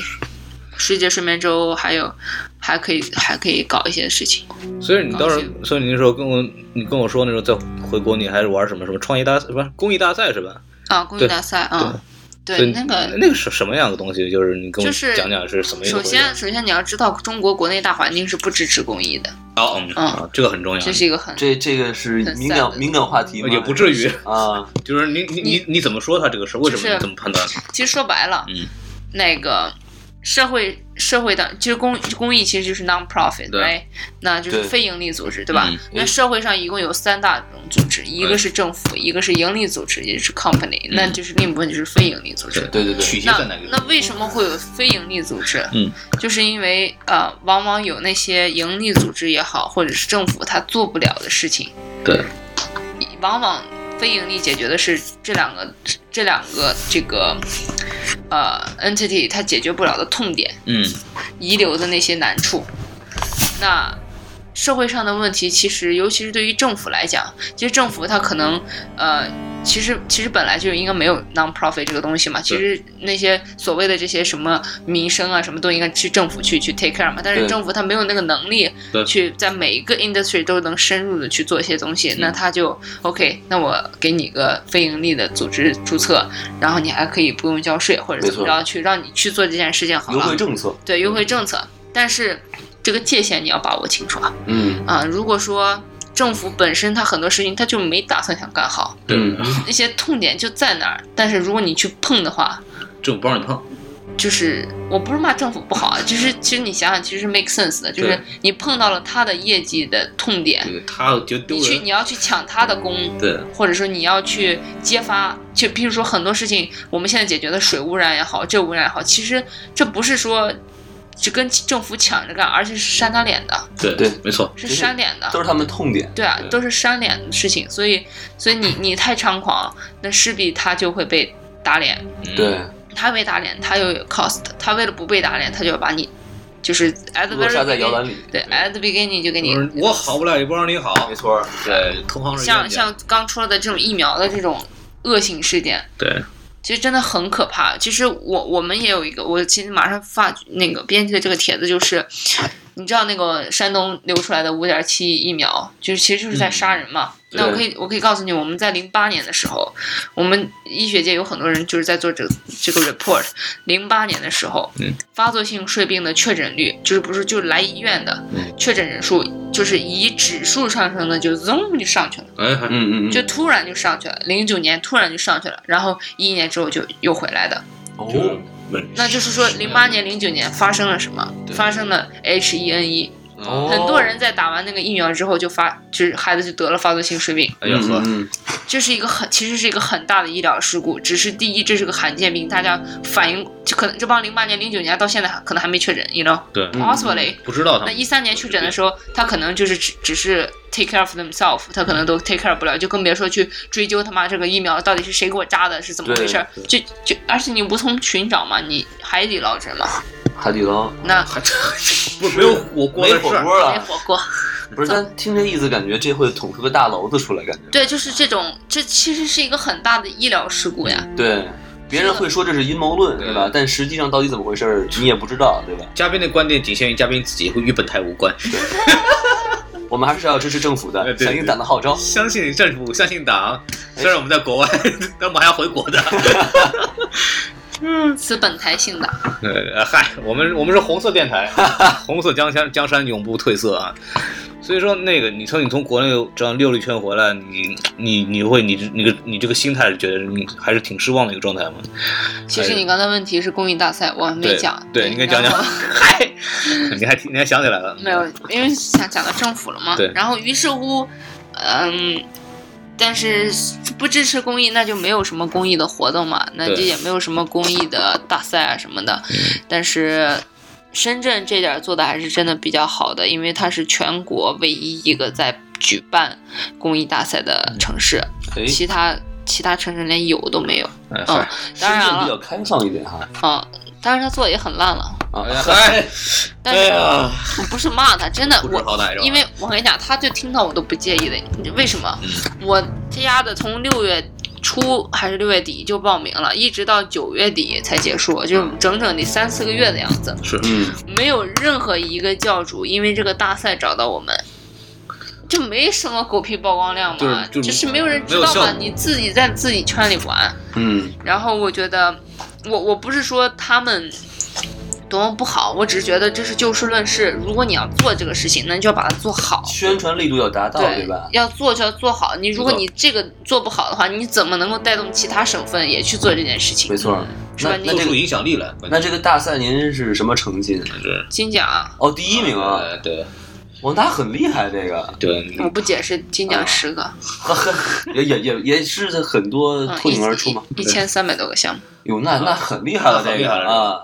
Speaker 3: 世界睡眠周还有还可以还可以搞一些事情。
Speaker 1: 所以你到时
Speaker 3: 高
Speaker 1: 候，所以你那时候跟我，你跟我说那时候在回国，你还是玩什么什么创业大不是公益大赛是吧？
Speaker 3: 啊，公益
Speaker 1: 对
Speaker 3: 大赛啊，
Speaker 1: 所
Speaker 3: 对
Speaker 1: 以呃
Speaker 3: 那个。
Speaker 1: 那个是什么样的东西？就是你跟我
Speaker 3: 就是
Speaker 1: 讲讲是什么一回
Speaker 3: 首
Speaker 1: 事。
Speaker 3: 先，首先你要知道，中国国内大环境是不支持公益的，
Speaker 1: 哦，嗯，
Speaker 3: 嗯
Speaker 1: 啊，这个很重要
Speaker 3: 这，是一个很
Speaker 2: 这这个是
Speaker 3: 很
Speaker 2: 敏
Speaker 3: 散的
Speaker 2: 感敏感话题吗？
Speaker 1: 也不至于。
Speaker 2: 啊，
Speaker 1: 就是你你你你怎么说他这个事？为什
Speaker 3: 就是
Speaker 1: 么你这么判断？
Speaker 3: 其实说白了，
Speaker 1: 嗯
Speaker 3: 那个社会社会的，其实公公益其实就是 non profit，
Speaker 1: 对
Speaker 3: 哎，那就是
Speaker 2: 对
Speaker 3: 非盈利组织，对吧？
Speaker 1: 嗯
Speaker 3: 那社会上一共有三大种组织，一个
Speaker 1: 对
Speaker 3: 是政府，一个是盈利组织，也就是 company，、
Speaker 1: 嗯
Speaker 3: 那就是另一部分就是非盈利组织。
Speaker 2: 对对对，
Speaker 1: 取决在
Speaker 3: 那
Speaker 1: 哪个地方？
Speaker 3: 那为什么会有非盈利组织？
Speaker 1: 嗯，
Speaker 3: 就是因为呃，往往有那些盈利组织也好，或者是政府他做不了的事情，
Speaker 1: 对，
Speaker 3: 往往非盈利解决的是这两个这两个这个呃 entity 它解决不了的痛点，
Speaker 1: 嗯，
Speaker 3: 遗留的那些难处。那社会上的问题，其实尤其是对于政府来讲，其实政府它可能呃，其实其实本来就应该没有 non-profit 这个东西嘛。其实那些所谓的这些什么民生啊，什么都应该去政府去去 take care 嘛。但是
Speaker 2: 对
Speaker 3: 政府它没有那个能力
Speaker 1: 对
Speaker 3: 去在每一个 industry 都能深入的去做一些东
Speaker 2: 嗯
Speaker 3: 西，那他就 OK，那我给你个非盈利的组织注册，然后你还可以不用交税或者怎么
Speaker 2: 没错
Speaker 3: 着去让你去做这件事情好
Speaker 2: 优
Speaker 3: 了
Speaker 2: 惠。政策，
Speaker 3: 对优惠政策，但是这个界限你要把握清楚啊！
Speaker 2: 嗯，
Speaker 3: 啊，如果说政府本身它很多事情它就没打算想干好，
Speaker 1: 对，
Speaker 2: 嗯
Speaker 3: 那些痛点就在那儿，但是如果你去碰的话，
Speaker 1: 政府不让你碰，
Speaker 3: 就是我不是骂政府不好啊，就是其实你想想，其实是 make sense 的，就是
Speaker 1: 对
Speaker 3: 你碰到了他的业绩的痛点，
Speaker 1: 对他觉得丢
Speaker 3: 哎你去
Speaker 1: 人嗯
Speaker 3: 你。要去抢他的功，
Speaker 1: 对，
Speaker 3: 或者说你要去揭发，就譬如说很多事情，我们现在解决的水污染也好，这污染也好，其实这不是说只跟政府抢着干，而且是扇他脸的，
Speaker 1: 对
Speaker 2: 对，
Speaker 1: 没错，
Speaker 2: 就
Speaker 3: 是
Speaker 2: 是
Speaker 3: 扇脸的
Speaker 2: 都。是他们痛点，
Speaker 3: 对啊
Speaker 1: 对，
Speaker 3: 都是扇脸的事情，所以，所以你你太猖狂，那势必他就会被打脸。
Speaker 1: 嗯
Speaker 2: 对，
Speaker 3: 他被打脸，他又有 cost，他为了不被打脸，他就要把你，就是 at the
Speaker 2: 落
Speaker 3: very
Speaker 2: 沙在摇
Speaker 3: beginning，
Speaker 2: 篮里，
Speaker 3: 对 at the beginning 就给你
Speaker 1: 我说我好不了也不让你好，
Speaker 2: 没错，
Speaker 1: 对，同行是
Speaker 3: 像
Speaker 1: 冤家
Speaker 3: 像刚出来的这种疫苗的这种恶性事件，
Speaker 1: 对
Speaker 3: 其实真的很可怕。其实我我们也有一个，我其实马上发那个编辑的这个帖子，就是你知道那个山东流出来的五点七亿疫苗，就是其实就是
Speaker 1: 嗯
Speaker 3: 在杀人嘛。
Speaker 2: 对
Speaker 3: 那我可以我可以告诉你，我们在零八年的时候，我们医学界有很多人就是在做这个这个 report。零八年的时候，
Speaker 1: 嗯
Speaker 3: 发作性睡病的确诊率，就是不是就是来医院的、
Speaker 1: 嗯
Speaker 3: 确诊人数，就是以指数上升的，就 zoom 就上去了。
Speaker 1: 哎还
Speaker 2: 嗯嗯嗯，
Speaker 3: 就突然就上去了，零九年突然就上去了，然后一一年之后就又回来的。
Speaker 2: 哦，
Speaker 3: 那就是说，零八年、零九年发生了什么？
Speaker 1: 对
Speaker 3: 发生了 H1N1，
Speaker 1: 哦，
Speaker 3: E 很多人在打完那个疫苗之后就发，就是孩子就得了发作性睡病，
Speaker 1: 哎呀呵，
Speaker 2: 嗯，嗯
Speaker 3: 这是一个很，其实是一个很大的医疗事故。只是第一，这是个罕见病，大家反应就可能这帮零八年、零九年到现在还可能还没确诊，you know
Speaker 1: 对，
Speaker 2: 嗯
Speaker 3: possibly。
Speaker 1: 不知道他
Speaker 3: 那
Speaker 1: 们
Speaker 3: 一三年确诊的时候，他可能就是只只是 take care of themselves，他可能都 take care 不了，就更别说去追究他妈这个疫苗到底是谁给我扎的，是怎么回事儿，就就而且你无从寻找嘛，你海底捞针嘛，
Speaker 2: 海底捞
Speaker 3: 那
Speaker 1: 还不没有火锅
Speaker 2: 没
Speaker 1: 的
Speaker 2: 火
Speaker 1: 事儿，
Speaker 2: 锅
Speaker 3: 没
Speaker 2: 了，
Speaker 3: 火锅，
Speaker 2: 不是，但听这意思，感觉这会捅出个大娄子出来，感觉
Speaker 3: 对，就是这种，这其实是一个很大的医疗事故呀，
Speaker 2: 对。别人会说这是阴谋论，对吧
Speaker 1: 对？
Speaker 2: 但实际上到底怎么回事儿，你也不知道，对吧？
Speaker 1: 嘉宾的观点仅限于嘉宾自己，会与本台无关。
Speaker 2: 我们还是要支持政府
Speaker 1: 哎
Speaker 2: 的，
Speaker 1: 对
Speaker 2: 响应党的号召。
Speaker 1: 相信政府，相信党。
Speaker 2: 哎
Speaker 1: 虽然我们在国外， <laughs> 但我们还要回国
Speaker 2: <laughs>
Speaker 1: 的。嗯
Speaker 3: 此本台信党，
Speaker 1: 呃，嗨，我们我们是红色电
Speaker 2: <laughs>
Speaker 1: 台，红色江山江山永不褪色啊。所以说，那个你从你从国内这样溜了一圈回来，你你你会你你个你这个心态，觉得你还是挺失望的一个状态吗？
Speaker 3: 其实
Speaker 1: 哎
Speaker 3: 你刚才问题是公益大赛，我还没
Speaker 1: 对
Speaker 3: 讲，
Speaker 1: 对
Speaker 3: 你
Speaker 1: 你应该讲讲 <laughs>
Speaker 3: 让我嗨。
Speaker 1: 你还你还想起来了？嗯
Speaker 3: 没有，因为想讲到政府了嘛。
Speaker 1: 对
Speaker 3: 然后于是乎，嗯，但是不支持公益，那就没有什么公益的活动嘛，那
Speaker 1: 对
Speaker 3: 就也没有什么公益的大赛啊什么的。但是深圳这点儿做的还是真的比较好的，因为它是全国唯一一个在举办公益大赛的城市，
Speaker 2: 哎，
Speaker 3: 其他其他城市连有都没有。
Speaker 1: 哎嗨，
Speaker 3: 当然
Speaker 2: 深圳比
Speaker 3: 了，
Speaker 2: 较开放一点哈。
Speaker 3: 啊、当然他做的也很烂了，
Speaker 2: 啊，
Speaker 1: 哎嗨，
Speaker 3: 但
Speaker 1: 哎
Speaker 3: 是
Speaker 1: 呀，
Speaker 3: 我 <laughs> 不是骂他，真的
Speaker 1: 不知
Speaker 3: 我
Speaker 1: 好歹是吧？
Speaker 3: 因为我跟你讲，他就听到我都不介意的，你为什么？
Speaker 1: 嗯
Speaker 3: 我他丫的从六月初还是六月底就报名了，一直到九月底才结束，就
Speaker 1: 嗯
Speaker 3: 整整得三四个月的样子，
Speaker 1: 是
Speaker 2: 嗯，
Speaker 3: 没有任何一个教主因为这个大赛找到我们。就没什么狗屁曝光量嘛，
Speaker 1: 就是就是
Speaker 3: 是没有人知
Speaker 1: 没有
Speaker 3: 道
Speaker 1: 效
Speaker 3: 嘛
Speaker 1: 果，
Speaker 3: 你自己在自己圈里玩。
Speaker 2: 嗯，
Speaker 3: 然后我觉得，我我不是说他们多么不好，我只是觉得这是就事论事。如果你要做这个事情，那你就要把它做好。
Speaker 2: 宣传力度要达到，对吧？
Speaker 3: 要做就要做好。你如果
Speaker 1: 没错
Speaker 3: 你这个做不好的话，你怎么能够带动其他省份也去做这件事情
Speaker 2: 没？错。
Speaker 1: 嗯
Speaker 3: 是吧
Speaker 2: 那
Speaker 3: 你
Speaker 2: 那
Speaker 1: 做
Speaker 2: 这
Speaker 1: 出
Speaker 2: 个
Speaker 1: 影响力来，
Speaker 2: 那这个大赛您是什么成绩呢？
Speaker 1: 是
Speaker 3: 金奖，
Speaker 2: 哦，第一名啊！
Speaker 1: 哎对
Speaker 2: 王达很厉害，这个
Speaker 1: 对，
Speaker 3: 我不解释，金
Speaker 2: 啊
Speaker 3: 奖十个，
Speaker 2: 也也也也是很多
Speaker 3: 嗯，
Speaker 2: 脱颖而出嘛。
Speaker 3: 一一千三百多个项目，
Speaker 2: 哟，那那很厉害了，
Speaker 1: 那很
Speaker 2: 这
Speaker 1: 厉
Speaker 2: 个
Speaker 1: 害了
Speaker 2: 啊，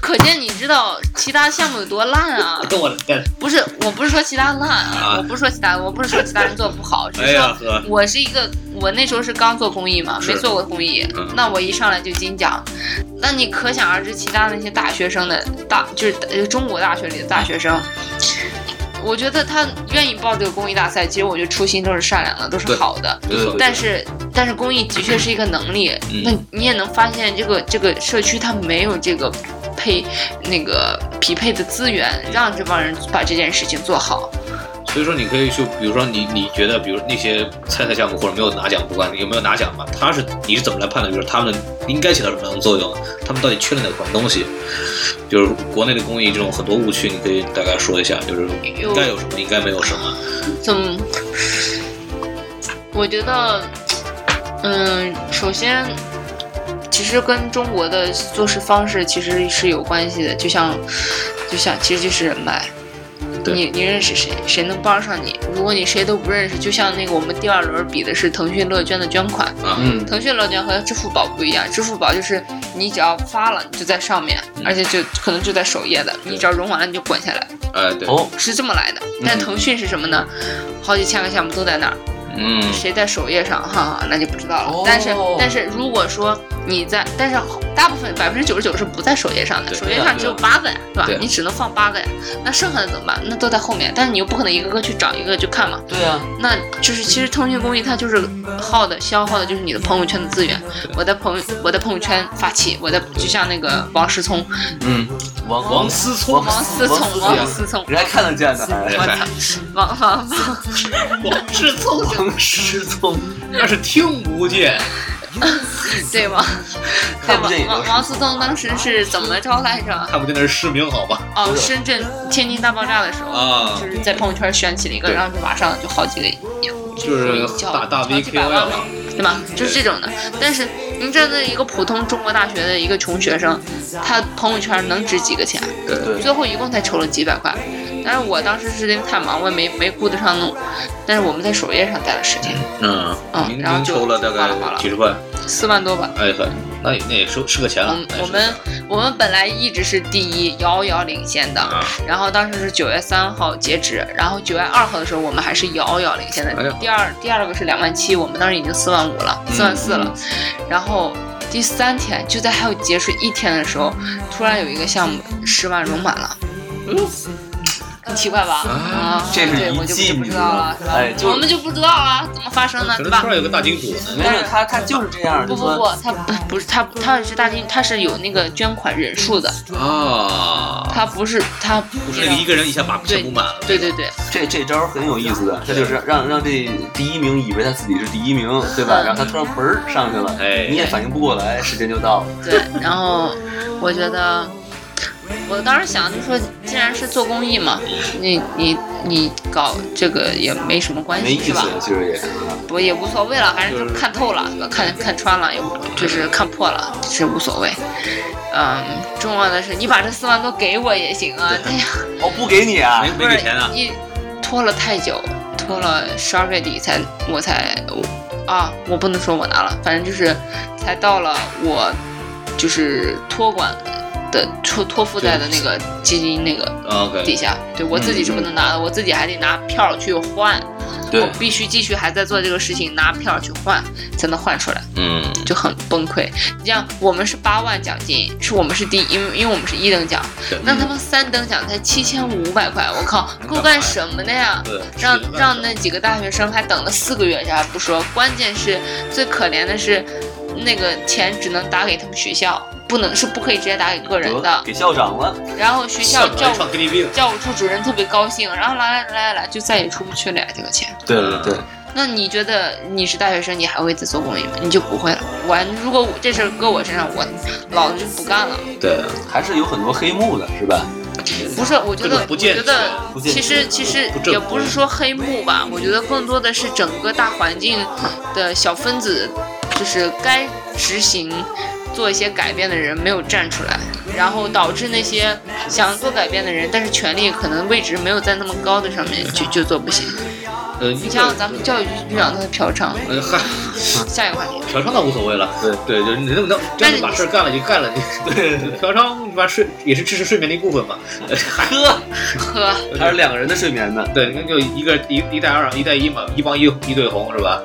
Speaker 3: 可见你知道其他项目有多烂啊！
Speaker 1: 跟我干，
Speaker 3: 不是，我不是说其他烂
Speaker 1: 啊
Speaker 3: 啊，我不是说其他，我不是说其他人做不好，只
Speaker 1: 哎
Speaker 3: 是
Speaker 1: 呀
Speaker 3: 说。
Speaker 1: 呵，
Speaker 3: 我是一个，我那时候是刚做公益嘛，
Speaker 1: 是
Speaker 3: 没做过公益
Speaker 1: 嗯，
Speaker 3: 那我一上来就金奖，那你可想而知，其他那些大学生的大就是呃中国大学里的大学生，我觉得他愿意报这个公益大赛，其实我觉得初心都是善良的，都是
Speaker 1: 对
Speaker 3: 好的。
Speaker 1: 没错
Speaker 2: 对
Speaker 3: 但是但是公益的确是一个能力，
Speaker 1: 嗯
Speaker 3: 那你也能发现这个这个社区它没有这个配那个匹配的资源，让这帮人把这件事情做好。
Speaker 1: 所以说，你可以去，比如说你你觉得，比如那些参赛项目或者没有拿奖，不管有没有拿奖吧，他是你是怎么来判断，比如说他们应该起到什么样的作用，他们到底缺了哪款东西？就是国内的公益这种很多误区，你可以大概说一下，就是应该有什么，应该没有什么。
Speaker 3: 怎么？我觉得，嗯，首先，其实跟中国的做事方式其实是有关系的，就像，就像，其实就是人脉。
Speaker 1: 对
Speaker 3: 你你认识谁，谁能帮上你？如果你谁都不认识，就像那个我们第二轮比的是腾讯乐捐的捐款，
Speaker 1: 啊，
Speaker 2: 嗯，
Speaker 3: 腾讯乐捐和支付宝不一样，支付宝就是你只要发了你就在上面，而且就可能就在首页的，你只要融完了你就滚下来，
Speaker 1: 哎，对，
Speaker 2: 哦，
Speaker 3: 是这么来的。但腾讯是什么呢？好几千个项目都在那儿，
Speaker 1: 嗯，
Speaker 3: 谁在首页上，哈哈，那就不知道了。
Speaker 2: 哦
Speaker 3: 但是但是如果说你在，但是大部分百分之九十九是不在首页上的，
Speaker 1: 对
Speaker 3: 首页上只有
Speaker 2: 对
Speaker 3: 八个呀，是吧
Speaker 1: 对？
Speaker 3: 你只能放八个呀，那剩下的怎么办？那都在后面，但是你又不可能一个个去找一个去看嘛。
Speaker 2: 对啊，
Speaker 3: 那就是其实腾讯公益它就是耗的消耗的就是你的朋友圈的资源。我在朋友我在朋友圈发起，我在就像那个王思聪、
Speaker 2: 嗯，王
Speaker 1: 王思聪，
Speaker 3: 王思聪、王
Speaker 2: 王
Speaker 3: 思聪、
Speaker 2: 人家看得见的，
Speaker 1: 哎
Speaker 3: 王王王
Speaker 1: 王思聪，
Speaker 2: 王思聪，
Speaker 1: 那是听不见，
Speaker 3: 对吗？ <laughs> 对
Speaker 2: 看不
Speaker 3: 吧
Speaker 2: 见也？就
Speaker 3: 王
Speaker 2: 是
Speaker 3: 王思聪当时是怎么着来着？
Speaker 1: 看不见那是失明，好吧？
Speaker 3: 哦，深圳天津大爆炸的时候，
Speaker 1: 啊
Speaker 3: 就是在朋友圈选起了一个，
Speaker 1: 对
Speaker 3: 然后就马上就好几个
Speaker 1: 就是大大 V
Speaker 3: 几
Speaker 1: K
Speaker 3: 百
Speaker 1: O
Speaker 3: 万
Speaker 1: L
Speaker 3: 了，对吧？就是这种的。但是您站在一个普通中国大学的一个穷学生，他朋友圈能值几个钱？
Speaker 1: 对，
Speaker 2: 对
Speaker 3: 最后一共才筹了几百块。但是我当时是因为太忙，我也没没顾得上弄。但是我们在首页上待了十天，
Speaker 1: 嗯，
Speaker 3: 嗯
Speaker 1: 您
Speaker 3: 然后
Speaker 1: 您
Speaker 3: 就
Speaker 1: 抽了大
Speaker 3: 哗啦哗
Speaker 1: 概
Speaker 3: 啦
Speaker 1: 几十块，
Speaker 3: 四万多吧。
Speaker 1: 哎呵，那也那也是是个钱了
Speaker 3: 嗯。
Speaker 1: 那，也
Speaker 3: 我
Speaker 1: 是个钱
Speaker 3: 们我们本来一直是第一，遥遥领先的。
Speaker 1: 啊，
Speaker 3: 然后当时是九月三号截止，然后九月二号的时候我们还是遥遥领先的。
Speaker 1: 哎呀
Speaker 3: 第二第二个是两万七，我们当时已经四万五了，四万四了。然后第三天就在还有结束一天的时候，突然有一个项目十万融满了。很奇怪吧？啊，
Speaker 2: 这是
Speaker 3: 对，我
Speaker 2: 一
Speaker 3: 就就
Speaker 2: 季，
Speaker 3: 不
Speaker 2: 你
Speaker 3: 知
Speaker 2: 知
Speaker 3: 道
Speaker 2: 道
Speaker 3: 了啊
Speaker 2: 吗，？哎，就
Speaker 3: 我们就不知道了，怎么发生的，
Speaker 1: 可
Speaker 3: 对
Speaker 1: 能
Speaker 3: 吧嗯
Speaker 1: 突？然有个大金主，
Speaker 2: 没有他，他就是这样，
Speaker 3: 不
Speaker 2: 就
Speaker 3: 不
Speaker 2: 说
Speaker 3: 不，他不不是他，他是大金，他是有那个捐款人数的，
Speaker 1: 啊，
Speaker 3: 他不是他不
Speaker 1: 不是那个一个人一下把钱补满了，
Speaker 3: 对对对，
Speaker 2: 这这招很有意思的，他就是让让这第一名以为他自己是第一名，对吧？
Speaker 3: 嗯
Speaker 2: 然后他突然嘣儿上去了，
Speaker 1: 哎
Speaker 2: 你也反应不过来，时间就到了。
Speaker 3: 对，然后我觉得，我当时想就说，既然是做公益嘛，你你你搞这个也没什么关
Speaker 2: 没
Speaker 3: 系
Speaker 2: 意
Speaker 3: 是
Speaker 2: 思
Speaker 3: 吧？，
Speaker 2: 其实也啊
Speaker 3: 不也无所谓了，反正就是看透了，对吧看看穿了，也无就是看破了，是无所谓。嗯，重要的是你把这四万多给我也行啊，哎呀，
Speaker 2: 哦，不给你啊
Speaker 1: 没，没给钱啊，
Speaker 3: 一拖了太久，拖了十二月底才我才我啊，我不能说我拿了，反正就是才到了我就是托管的托托付在的那个基金那个
Speaker 1: 啊
Speaker 3: 底
Speaker 1: OK，
Speaker 3: 下，对我自己是不能拿的，我自己还得拿票去换，我
Speaker 2: 对，
Speaker 3: 必须继续还在做这个事情，拿票去换才能换出来。
Speaker 1: 嗯，
Speaker 3: 就很崩溃。你像我们是八万奖金，是我们是第一，因为因为我们是一等奖
Speaker 1: 对，
Speaker 3: 那他们三等奖才七千五百块，我靠，够干什么的呀？
Speaker 1: 对，
Speaker 3: 让
Speaker 1: 呃是的
Speaker 3: 让那几个大学生还等了四个月，这还不说，关键是最可怜的是，那个钱只能打给他们学校，不能是不可以直接打给个人
Speaker 2: 得
Speaker 3: 的。
Speaker 2: 给校长了，
Speaker 3: 然后学校
Speaker 1: 校
Speaker 3: 教
Speaker 1: 长唱
Speaker 3: 务
Speaker 1: KTV 了，
Speaker 3: 教务处主任特别高兴，然后来来来来就再也出不去了呀，这个钱。
Speaker 2: 对对对，
Speaker 3: 那你觉得你是大学生，你还会再做公益吗？你就不会了。我如果我这事儿搁我身上，我老子就不干了。
Speaker 1: 对，
Speaker 2: 还是有很多黑幕的，是吧？
Speaker 3: 不是，我觉
Speaker 1: 这
Speaker 3: 得
Speaker 1: 个，不
Speaker 3: 我
Speaker 1: 健
Speaker 3: 觉得
Speaker 2: 不健
Speaker 3: 其实
Speaker 2: 全
Speaker 3: 其实
Speaker 1: 不正
Speaker 3: 也不是说黑幕吧，我觉得更多的是整个大环境的小分子，就是该执行做一些改变的人没有站出来，然后导致那些想做改变的人，但是权力可能位置没有在那么高的上面就就做不行。
Speaker 1: 呃，
Speaker 3: 你想想咱们教育局局长他的嫖娼，
Speaker 1: 呃嗨，
Speaker 3: 下一个话题。
Speaker 1: 嫖娼倒无所谓了，对对，就是你能不能真的把事儿干了就干了， <laughs> 你对嫖娼你把睡也是支持睡眠的一部分嘛，呃嗨，
Speaker 2: 呵，
Speaker 3: 呵，
Speaker 2: 还是两个人的睡眠呢。
Speaker 1: 对，你看就一个一一带二一带一嘛，一帮一一对红是 <laughs> 吧？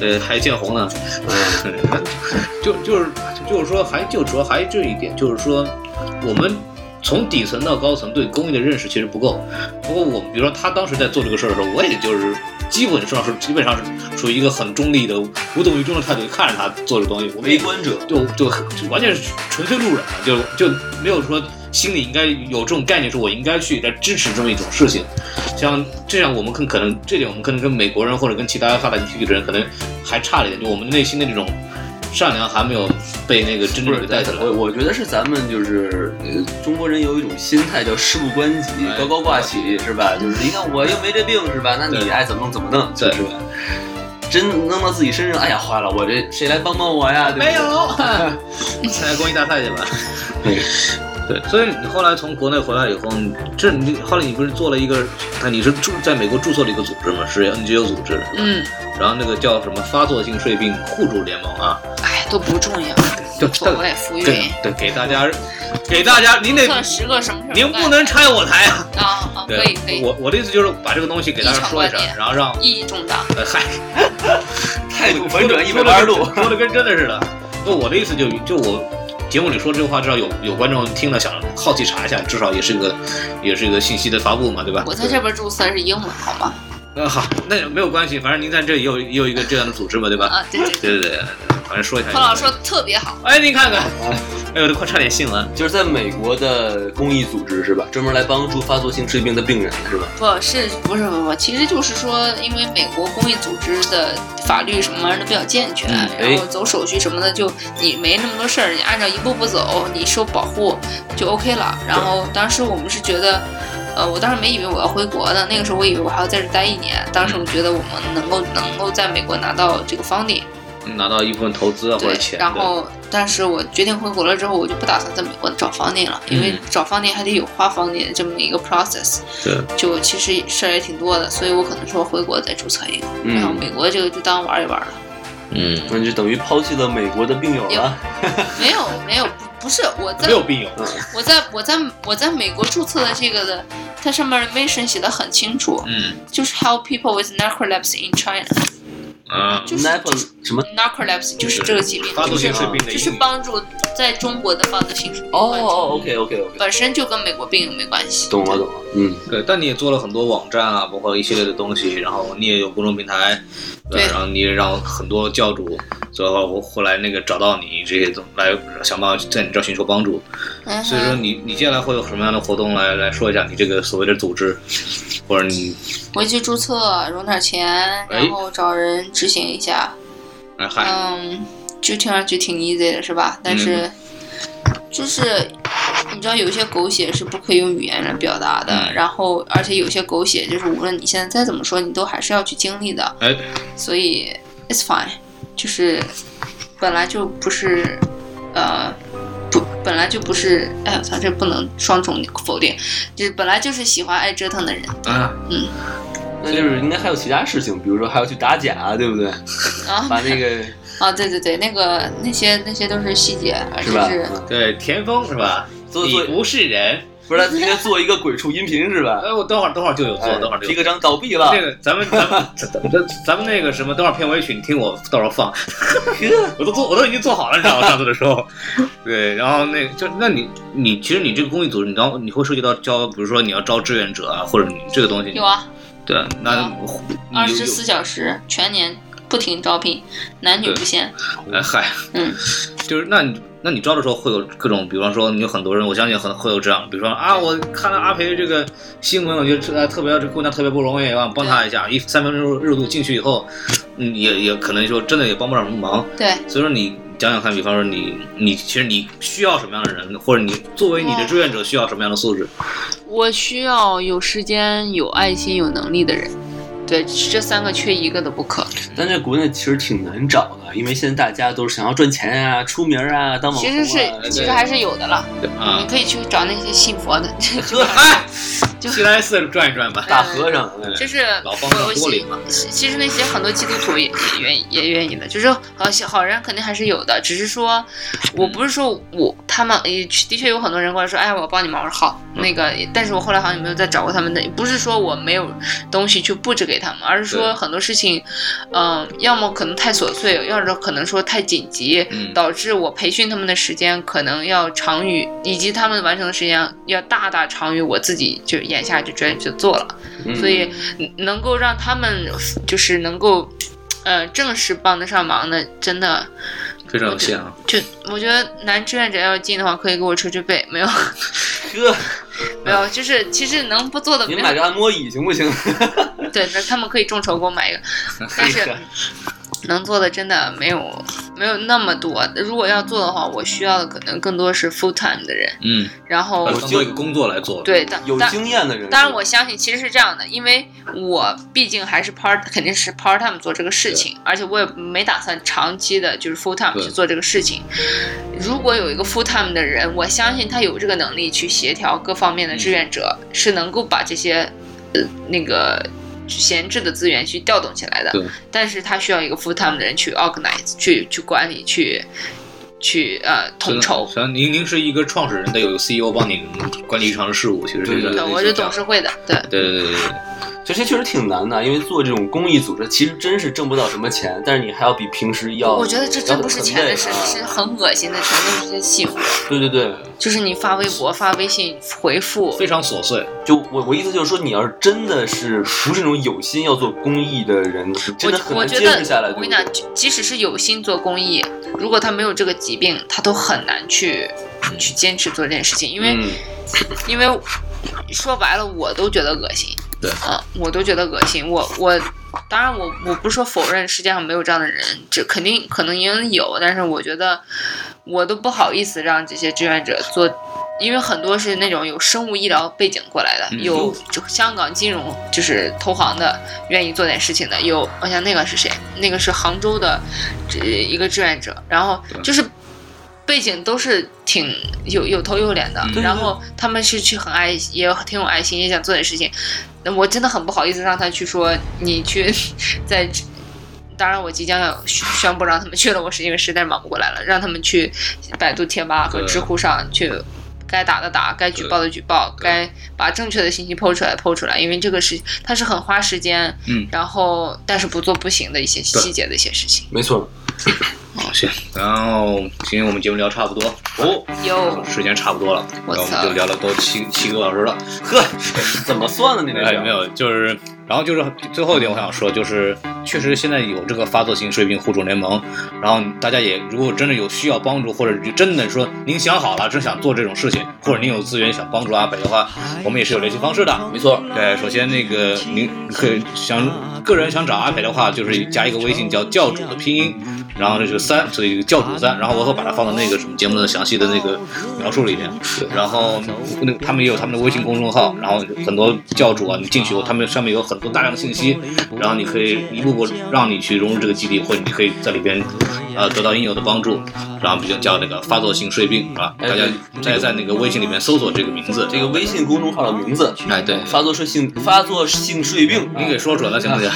Speaker 1: 对，还见红呢，嗯， <laughs> 就就是就是说，还就主要还就主要还这一点，就是说我们从底层到高层对公益的认识其实不够。不过我们比如说他当时在做这个事儿的时候，我也就是基本上是基本上是处于一个很中立的、无动于衷的态度看着他做这东西，我们
Speaker 2: 围
Speaker 1: 也
Speaker 2: 观者，
Speaker 1: 就就就完全是纯粹路人了，就就没有说心里应该有这种概念，说我应该去来支持这么一种事情。像这样，我们更可能这点，我们可能跟美国人或者跟其他发达地区的人可能还差了一点，就我们内心的这种善良还没有被那个真
Speaker 2: 不
Speaker 1: 正给
Speaker 2: 是
Speaker 1: 带起来。
Speaker 2: 我我觉得是咱们就是呃中国人有一种心态叫事不关己，
Speaker 1: 哎
Speaker 2: 高高挂起是吧？就是你看我又没这病是吧？那你
Speaker 1: 对
Speaker 2: 爱怎么弄怎么弄，
Speaker 1: 对
Speaker 2: 是吧？ <laughs> 真弄到自己身上，哎呀，坏了，我这谁来帮帮我呀？对不对
Speaker 1: 没有， <laughs> 参加公益大赛去吧。 <laughs> 对，所以你后来从国内回来以后，你这你后来你不是做了一个，啊你是住在美国注册了一个组织嘛，是 NGO 组织，是吧
Speaker 3: 嗯，
Speaker 1: 然后那个叫什么发作性睡病互助联盟啊，
Speaker 3: 哎，都不重要，
Speaker 1: 就
Speaker 3: 无所谓，浮
Speaker 1: 对
Speaker 3: 云。
Speaker 1: 对，给大家，给大家，您得
Speaker 3: 测十个什么什么。
Speaker 1: 您不能拆我台啊！
Speaker 3: 啊啊，可以可以，
Speaker 1: 我我的意思就是把这个东西给大家说一
Speaker 3: 异常观
Speaker 1: 下，
Speaker 3: 点
Speaker 1: 然后让
Speaker 3: 意义重大。
Speaker 1: 呃嗨，
Speaker 2: <laughs> 态度
Speaker 1: <laughs>
Speaker 2: 反转一百八十度。
Speaker 1: 说的跟真的似的。不，我的意思就就我节目里说这话，至少有有观众听了想好奇查一下，至少也是个也是一个信息的发布嘛，对吧？
Speaker 3: <laughs> 我在这边注册是英文，好吗？
Speaker 1: 呃好，那也没有关系，反正您在这里也有也有一个这样的组织嘛，对吧？
Speaker 3: 啊，对对对，
Speaker 1: 对对对，反正说一下。
Speaker 3: 何老师说得特别好，
Speaker 1: 哎，您看看，
Speaker 2: 啊
Speaker 1: 哎呦，都快差点信了。
Speaker 2: 就是在美国的公益组织是吧？专门来帮助发作性睡病的病人是吧？
Speaker 3: 不是不是不是，其实就是说，因为美国公益组织的法律什么玩意儿都比较健全，
Speaker 1: 嗯
Speaker 2: 哎
Speaker 3: 然后走手续什么的，就你没那么多事儿，你按照一步步走，你受保护就 OK 了。然后当时我们是觉得。呃，我当时没以为我要回国呢，那个时候我以为我还要在这待一年。当时我觉得我们能够能够在美国拿到这个 funding，
Speaker 1: 嗯拿到一部分投资啊或
Speaker 3: 对
Speaker 1: 者，钱，
Speaker 3: 然后，但是我决定回国了之后，我就不打算在美国找房地了，因为
Speaker 1: 嗯
Speaker 3: 找房地还得有花房地这么一个 process，
Speaker 1: 对
Speaker 3: 就其实事儿也挺多的，所以我可能说回国再注册一个，然后
Speaker 2: 嗯，
Speaker 3: 美国这个就当玩一玩了。
Speaker 1: 嗯，
Speaker 2: 那你就等于抛弃了美国的病友了。
Speaker 3: 没有，没
Speaker 1: <laughs>
Speaker 3: 有，不不是我在
Speaker 1: 没有病友，
Speaker 3: 我在我在我在美国注册的这个的，它上面的 mission 写的很清楚，
Speaker 1: 嗯
Speaker 3: 就是 help people with narcolepsy in China。
Speaker 1: 啊，
Speaker 3: 就是
Speaker 2: n a p o 什么？
Speaker 3: narcolepsy 就是这个疾病，
Speaker 1: 发作性
Speaker 3: 就是
Speaker 1: 睡病的
Speaker 3: 就是
Speaker 1: 英语
Speaker 3: 帮助在中国的发作性睡病
Speaker 2: 哦
Speaker 3: 患者
Speaker 2: 哦，OK OK OK，
Speaker 3: 本身就跟美国病友没关系。
Speaker 2: 懂了懂了，嗯，
Speaker 1: 对，但你也做了很多网站啊，包括一系列的东西，然后你也有公众平台，
Speaker 3: 对
Speaker 1: 吧然后你也让很多教主，所以后我后来那个找到你这些东来想办法在你这儿寻求帮助，
Speaker 3: 嗯哼
Speaker 1: 所以说你你接下来会有什么样的活动来来说一下你这个所谓的组织，或者你
Speaker 3: 回去注册，融点钱，
Speaker 1: 哎
Speaker 3: 然后找人执行一下。
Speaker 1: 哎嗨，
Speaker 3: 嗯，就听上去挺 easy 的，是吧？但是，
Speaker 1: 嗯
Speaker 3: 就是你知道，有一些狗血是不可以用语言来表达的。
Speaker 1: 嗯
Speaker 3: 然后，而且有些狗血就是无论你现在再怎么说，你都还是要去经历的。
Speaker 1: 哎，
Speaker 3: 所以 it's fine，就是本来就不是，呃，不，本来就不是，哎呦，操，这不能双重否定，就是本来就是喜欢爱折腾的人，
Speaker 1: 啊，
Speaker 2: 那就是应该还有其他事情，比如说还要去打假，对不对？
Speaker 3: 啊
Speaker 2: 把那个
Speaker 3: 啊，对对对，那个那些那些都是细节，而且
Speaker 2: 是吧？
Speaker 3: 是
Speaker 2: 嗯
Speaker 1: 对，田丰是吧？
Speaker 2: 做
Speaker 1: 你
Speaker 2: 做
Speaker 1: 不是人，
Speaker 2: 不是他应该做一个鬼畜音频是吧？
Speaker 1: 哎，我等会儿等会儿就有做，
Speaker 2: 哎
Speaker 1: 等会儿就有
Speaker 2: 皮。革厂倒闭了
Speaker 1: <laughs> 那，个，咱们咱们咱咱咱们那个什么，等会儿片尾曲你听我到时候放， <laughs>
Speaker 2: 呵
Speaker 1: 我都做我都已经做好了，你知道吗？上次的时候，对，然后那就那你你其实你这个公益组织，你当你会涉及到招，比如说你要招志愿者啊，或者你这个东西，
Speaker 3: 有啊，
Speaker 1: 对，那
Speaker 3: 啊
Speaker 1: 你
Speaker 3: 二
Speaker 1: 有
Speaker 3: 十四小时全年不停招聘，男女
Speaker 1: 对
Speaker 3: 不限。
Speaker 1: 哎嗨，
Speaker 3: 嗯，
Speaker 1: 就是那你那你招的时候会有各种，比方说你有很多人，我相信很会有这样，比如说啊，我看了阿培这个新闻，我觉得啊特别这姑娘特别不容易，我想帮她一下，一三分钟热度进去以后，嗯，也也可能说真的也帮不上什么忙，
Speaker 3: 对，
Speaker 1: 所以说你讲讲看，比方说你你其实你需要什么样的人，或者你作为你的志愿者需要什么样的素质？
Speaker 3: 我需要有时间、有爱心、有能力的人。对，这三个缺一个都不可。
Speaker 2: 但在国内其实挺难找的，因为现在大家都是想要赚钱啊、出名啊、当网
Speaker 3: 其
Speaker 2: 红
Speaker 3: 实
Speaker 2: 啊。
Speaker 3: 是，其
Speaker 1: 对
Speaker 3: 实还是有的了。你
Speaker 1: 啊，
Speaker 3: 可以去找那些信佛的， <laughs>
Speaker 1: 这嗨，西来寺转一转吧。
Speaker 2: 大和尚，哎
Speaker 3: 就是
Speaker 1: 老方
Speaker 3: 我
Speaker 1: 丈多
Speaker 3: 我其
Speaker 1: 灵嘛，
Speaker 3: 其实那些很多基督徒也也愿意也愿意的，就是好些好人肯定还是有
Speaker 1: 嗯
Speaker 3: 的，只是说我不是说我他们也的确有很多人过来说，哎，我帮你忙，我说好，
Speaker 1: 嗯
Speaker 3: 那个，但是我后来好像也没有再找过他们的，不是说我没有东西去布置给他们，而是说
Speaker 1: 对
Speaker 3: 很多事情，嗯、要么可能太琐碎，要么可能说太紧急，
Speaker 1: 嗯
Speaker 3: 导致我培训他们的时间可能要长于，以及他们完成的时间要大大长于我自己就眼下就专就做了，
Speaker 2: 嗯
Speaker 3: 所以嗯能够让他们就是能够，呃，正式帮得上忙的，真的
Speaker 1: 非常有限啊。
Speaker 3: 就我觉得男志愿者要进的话，可以给我捶捶背，没有。
Speaker 2: 嗯哥，
Speaker 3: 没有，就是其实能不做的
Speaker 2: <laughs> 你
Speaker 3: 没
Speaker 2: 买
Speaker 3: 有，
Speaker 2: 个按摩椅行
Speaker 3: <laughs>
Speaker 2: 不行？
Speaker 3: 对，那他们可以众筹给我买一个，但是能做的真的没有没有那么多。如果要做的话，我需要的可能更多是 full time 的人，
Speaker 1: 嗯，
Speaker 3: 然后
Speaker 1: 把它当做一个工作来做。，
Speaker 3: 对，但
Speaker 2: 呃有
Speaker 3: 但
Speaker 2: 经验的人，
Speaker 3: 当然，我相信其实是这样的，因为我毕竟还是 part，肯定是 part time 做这个事情，而且我也没打算长期的，就是 full time
Speaker 1: 对
Speaker 3: 去做这个事情。如果有一个 full time 的人，我相信他有这个能力去协调各方面的志愿者，是能够把这些呃那个闲置的资源去调动起来的
Speaker 1: 对。
Speaker 3: 但是他需要一个 full time 的人去 organize，去去管理，去去呃统筹。
Speaker 1: 像您您是一个创始人，得有 CEO 帮你管理日常事务，其实是一
Speaker 2: 对
Speaker 1: 个
Speaker 3: 对，
Speaker 2: 对
Speaker 3: 我是董事会的，对。
Speaker 1: 对对对对对，
Speaker 2: 就这确实挺难的，因为做这种公益组织，其实真是挣不到什么钱，但是你还要比平时要，
Speaker 3: 我觉得这真不是钱的事，
Speaker 2: 要很累啊
Speaker 3: 是很恶心的，全都是些细活。
Speaker 2: 对对对，
Speaker 3: 就是你发微博、发微信回复，
Speaker 1: 非常琐碎。
Speaker 2: 就我我意思就是说，你要是真的是不是那种有心要做公益的人，是真的
Speaker 3: 我
Speaker 2: 很
Speaker 3: 我
Speaker 2: 难
Speaker 3: 觉
Speaker 2: 坚持
Speaker 3: 得
Speaker 2: 下来。
Speaker 3: 我跟
Speaker 2: 对
Speaker 3: 你
Speaker 2: 不对
Speaker 3: 讲，即即使是有心做公益，如果他没有这个疾病，他都很难去去坚持做这件事情，因为、
Speaker 2: 嗯
Speaker 3: 因为说白了，我都觉得恶心。
Speaker 1: 对
Speaker 3: 啊，我都觉得恶心。我我当然我我不是说否认世界上没有这样的人，这肯定可能也有，但是我觉得我都不好意思让这些志愿者做，因为很多是那种有生物医疗背景过来的，
Speaker 1: 嗯
Speaker 3: 有就香港金融就是投行的愿意做点事情的，有我想那个是谁？那个是杭州的这一个志愿者，然后
Speaker 1: 对
Speaker 3: 就是。背景都是挺有有头有脸的，
Speaker 1: 嗯
Speaker 3: 然后他们是去很爱，也挺有爱心，也想做点事情。那我真的很不好意思让他去说你去 <laughs> 在这，当然我即将要宣宣布让他们去了，我是因为实在忙不过来了，让他们去百度贴吧和
Speaker 1: 对
Speaker 3: 知乎上去。该打的打，该举报的举报，
Speaker 1: 对
Speaker 3: 该把正确的信息抛出来，抛出来，因为这个是它是很花时间，
Speaker 1: 嗯
Speaker 3: 然后但是不做不行的一些
Speaker 1: 对
Speaker 3: 细节的一些事情。
Speaker 2: 没错，
Speaker 1: 好，啊行，然后今天我们节目聊差不多哦，
Speaker 3: 有
Speaker 1: 时间差不多了，
Speaker 3: 我
Speaker 1: 然后我们
Speaker 3: 操
Speaker 1: 就聊了都七七个多小时了。
Speaker 2: 呵，怎么算的？你这
Speaker 1: 哎，
Speaker 2: 是
Speaker 1: 没有，就是，然后就是最后一点，我想说，就是确实现在有这个发作性睡病互助联盟，然后大家也如果真的有需要帮助，或者真的说您想好了，真想做这种事情，或者您有资源想帮助阿北的话，我们也是有联系方式的。
Speaker 2: 没错
Speaker 1: 对，首先那个您可以想个人想找阿培的话，就是加一个微信叫教主的拼音，然后这是三，所以教主三，然后我会把它放到那个什么节目的详细的那个描述里面。然后那他们也有他们的微信公众号，然后很多教主啊，你进去以后，他们上面有很多大量的信息，然后你可以一步步让你去融入这个基地，或者你可以在里边呃得到应有的帮助。然后比较叫那个发作性睡病啊，大家大家在那个微信里面搜索这个名字，
Speaker 2: 这个微信公众号的名字，
Speaker 1: 哎对
Speaker 2: 发作性发作性睡病，
Speaker 1: 你给说准了行不行？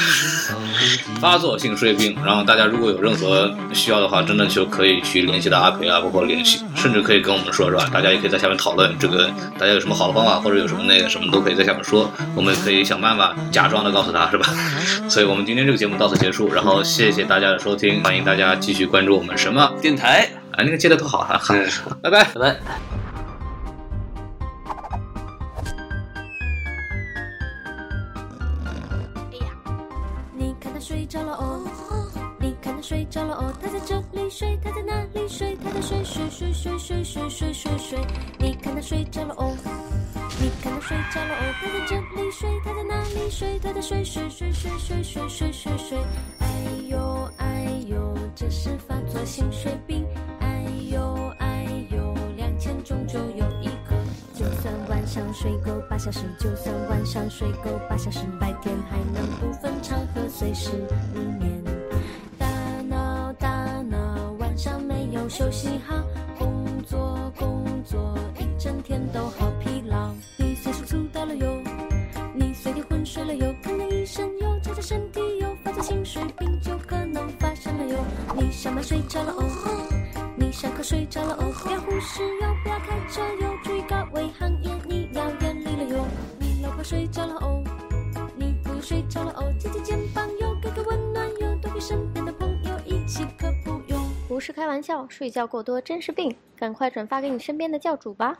Speaker 1: <laughs> 发作性睡病，然后大家如果有任何需要的话，真的就可以去联系到阿培啊，包括联系，甚至可以跟我们说，是吧？大家也可以在下面讨论这个，大家有什么好的方法，或者有什么那个什么都可以在下面说，我们可以想办法假装的告诉他，是吧？ <laughs> 所以我们今天这个节目到此结束，然后谢谢大家的收听，欢迎大家继续关注我们什么啊
Speaker 2: 电台，，
Speaker 1: 那个接的特好啊哈、哈，
Speaker 2: 嗯，
Speaker 1: 拜拜。
Speaker 2: 拜拜。
Speaker 4: 你看他睡着了哦，你看他睡着了哦，他在这里睡，他在那里睡，他在睡睡睡睡睡睡睡睡睡，你看他睡着了哦，你看他睡着了哦，他在这里睡，他在那里睡，他在睡睡睡睡睡睡睡睡睡，哎呦哎呦，这是发作性睡病，哎呦哎呦，两千中就有一个。就算晚上睡够八小时，就算晚上睡够八小时，白天还能不分场合随时入眠。大脑大脑，晚上没有休息好，工作工作，一整天都好疲劳。你随时猝到了哟，你随地昏睡了哟，看看医生哟，查查身体哟，发作性睡病就可能发生了哟。你上班睡着了哦。你上课睡着了哦，别忽视哟，不要开车哟，注意高危行业你要睡着了哦，你不睡着了哦，借借肩膀哟，给个温暖哟，多陪身边的朋友一起可不用。
Speaker 5: 不是开玩笑，睡觉过多真是病，赶快转发给你身边的教主吧。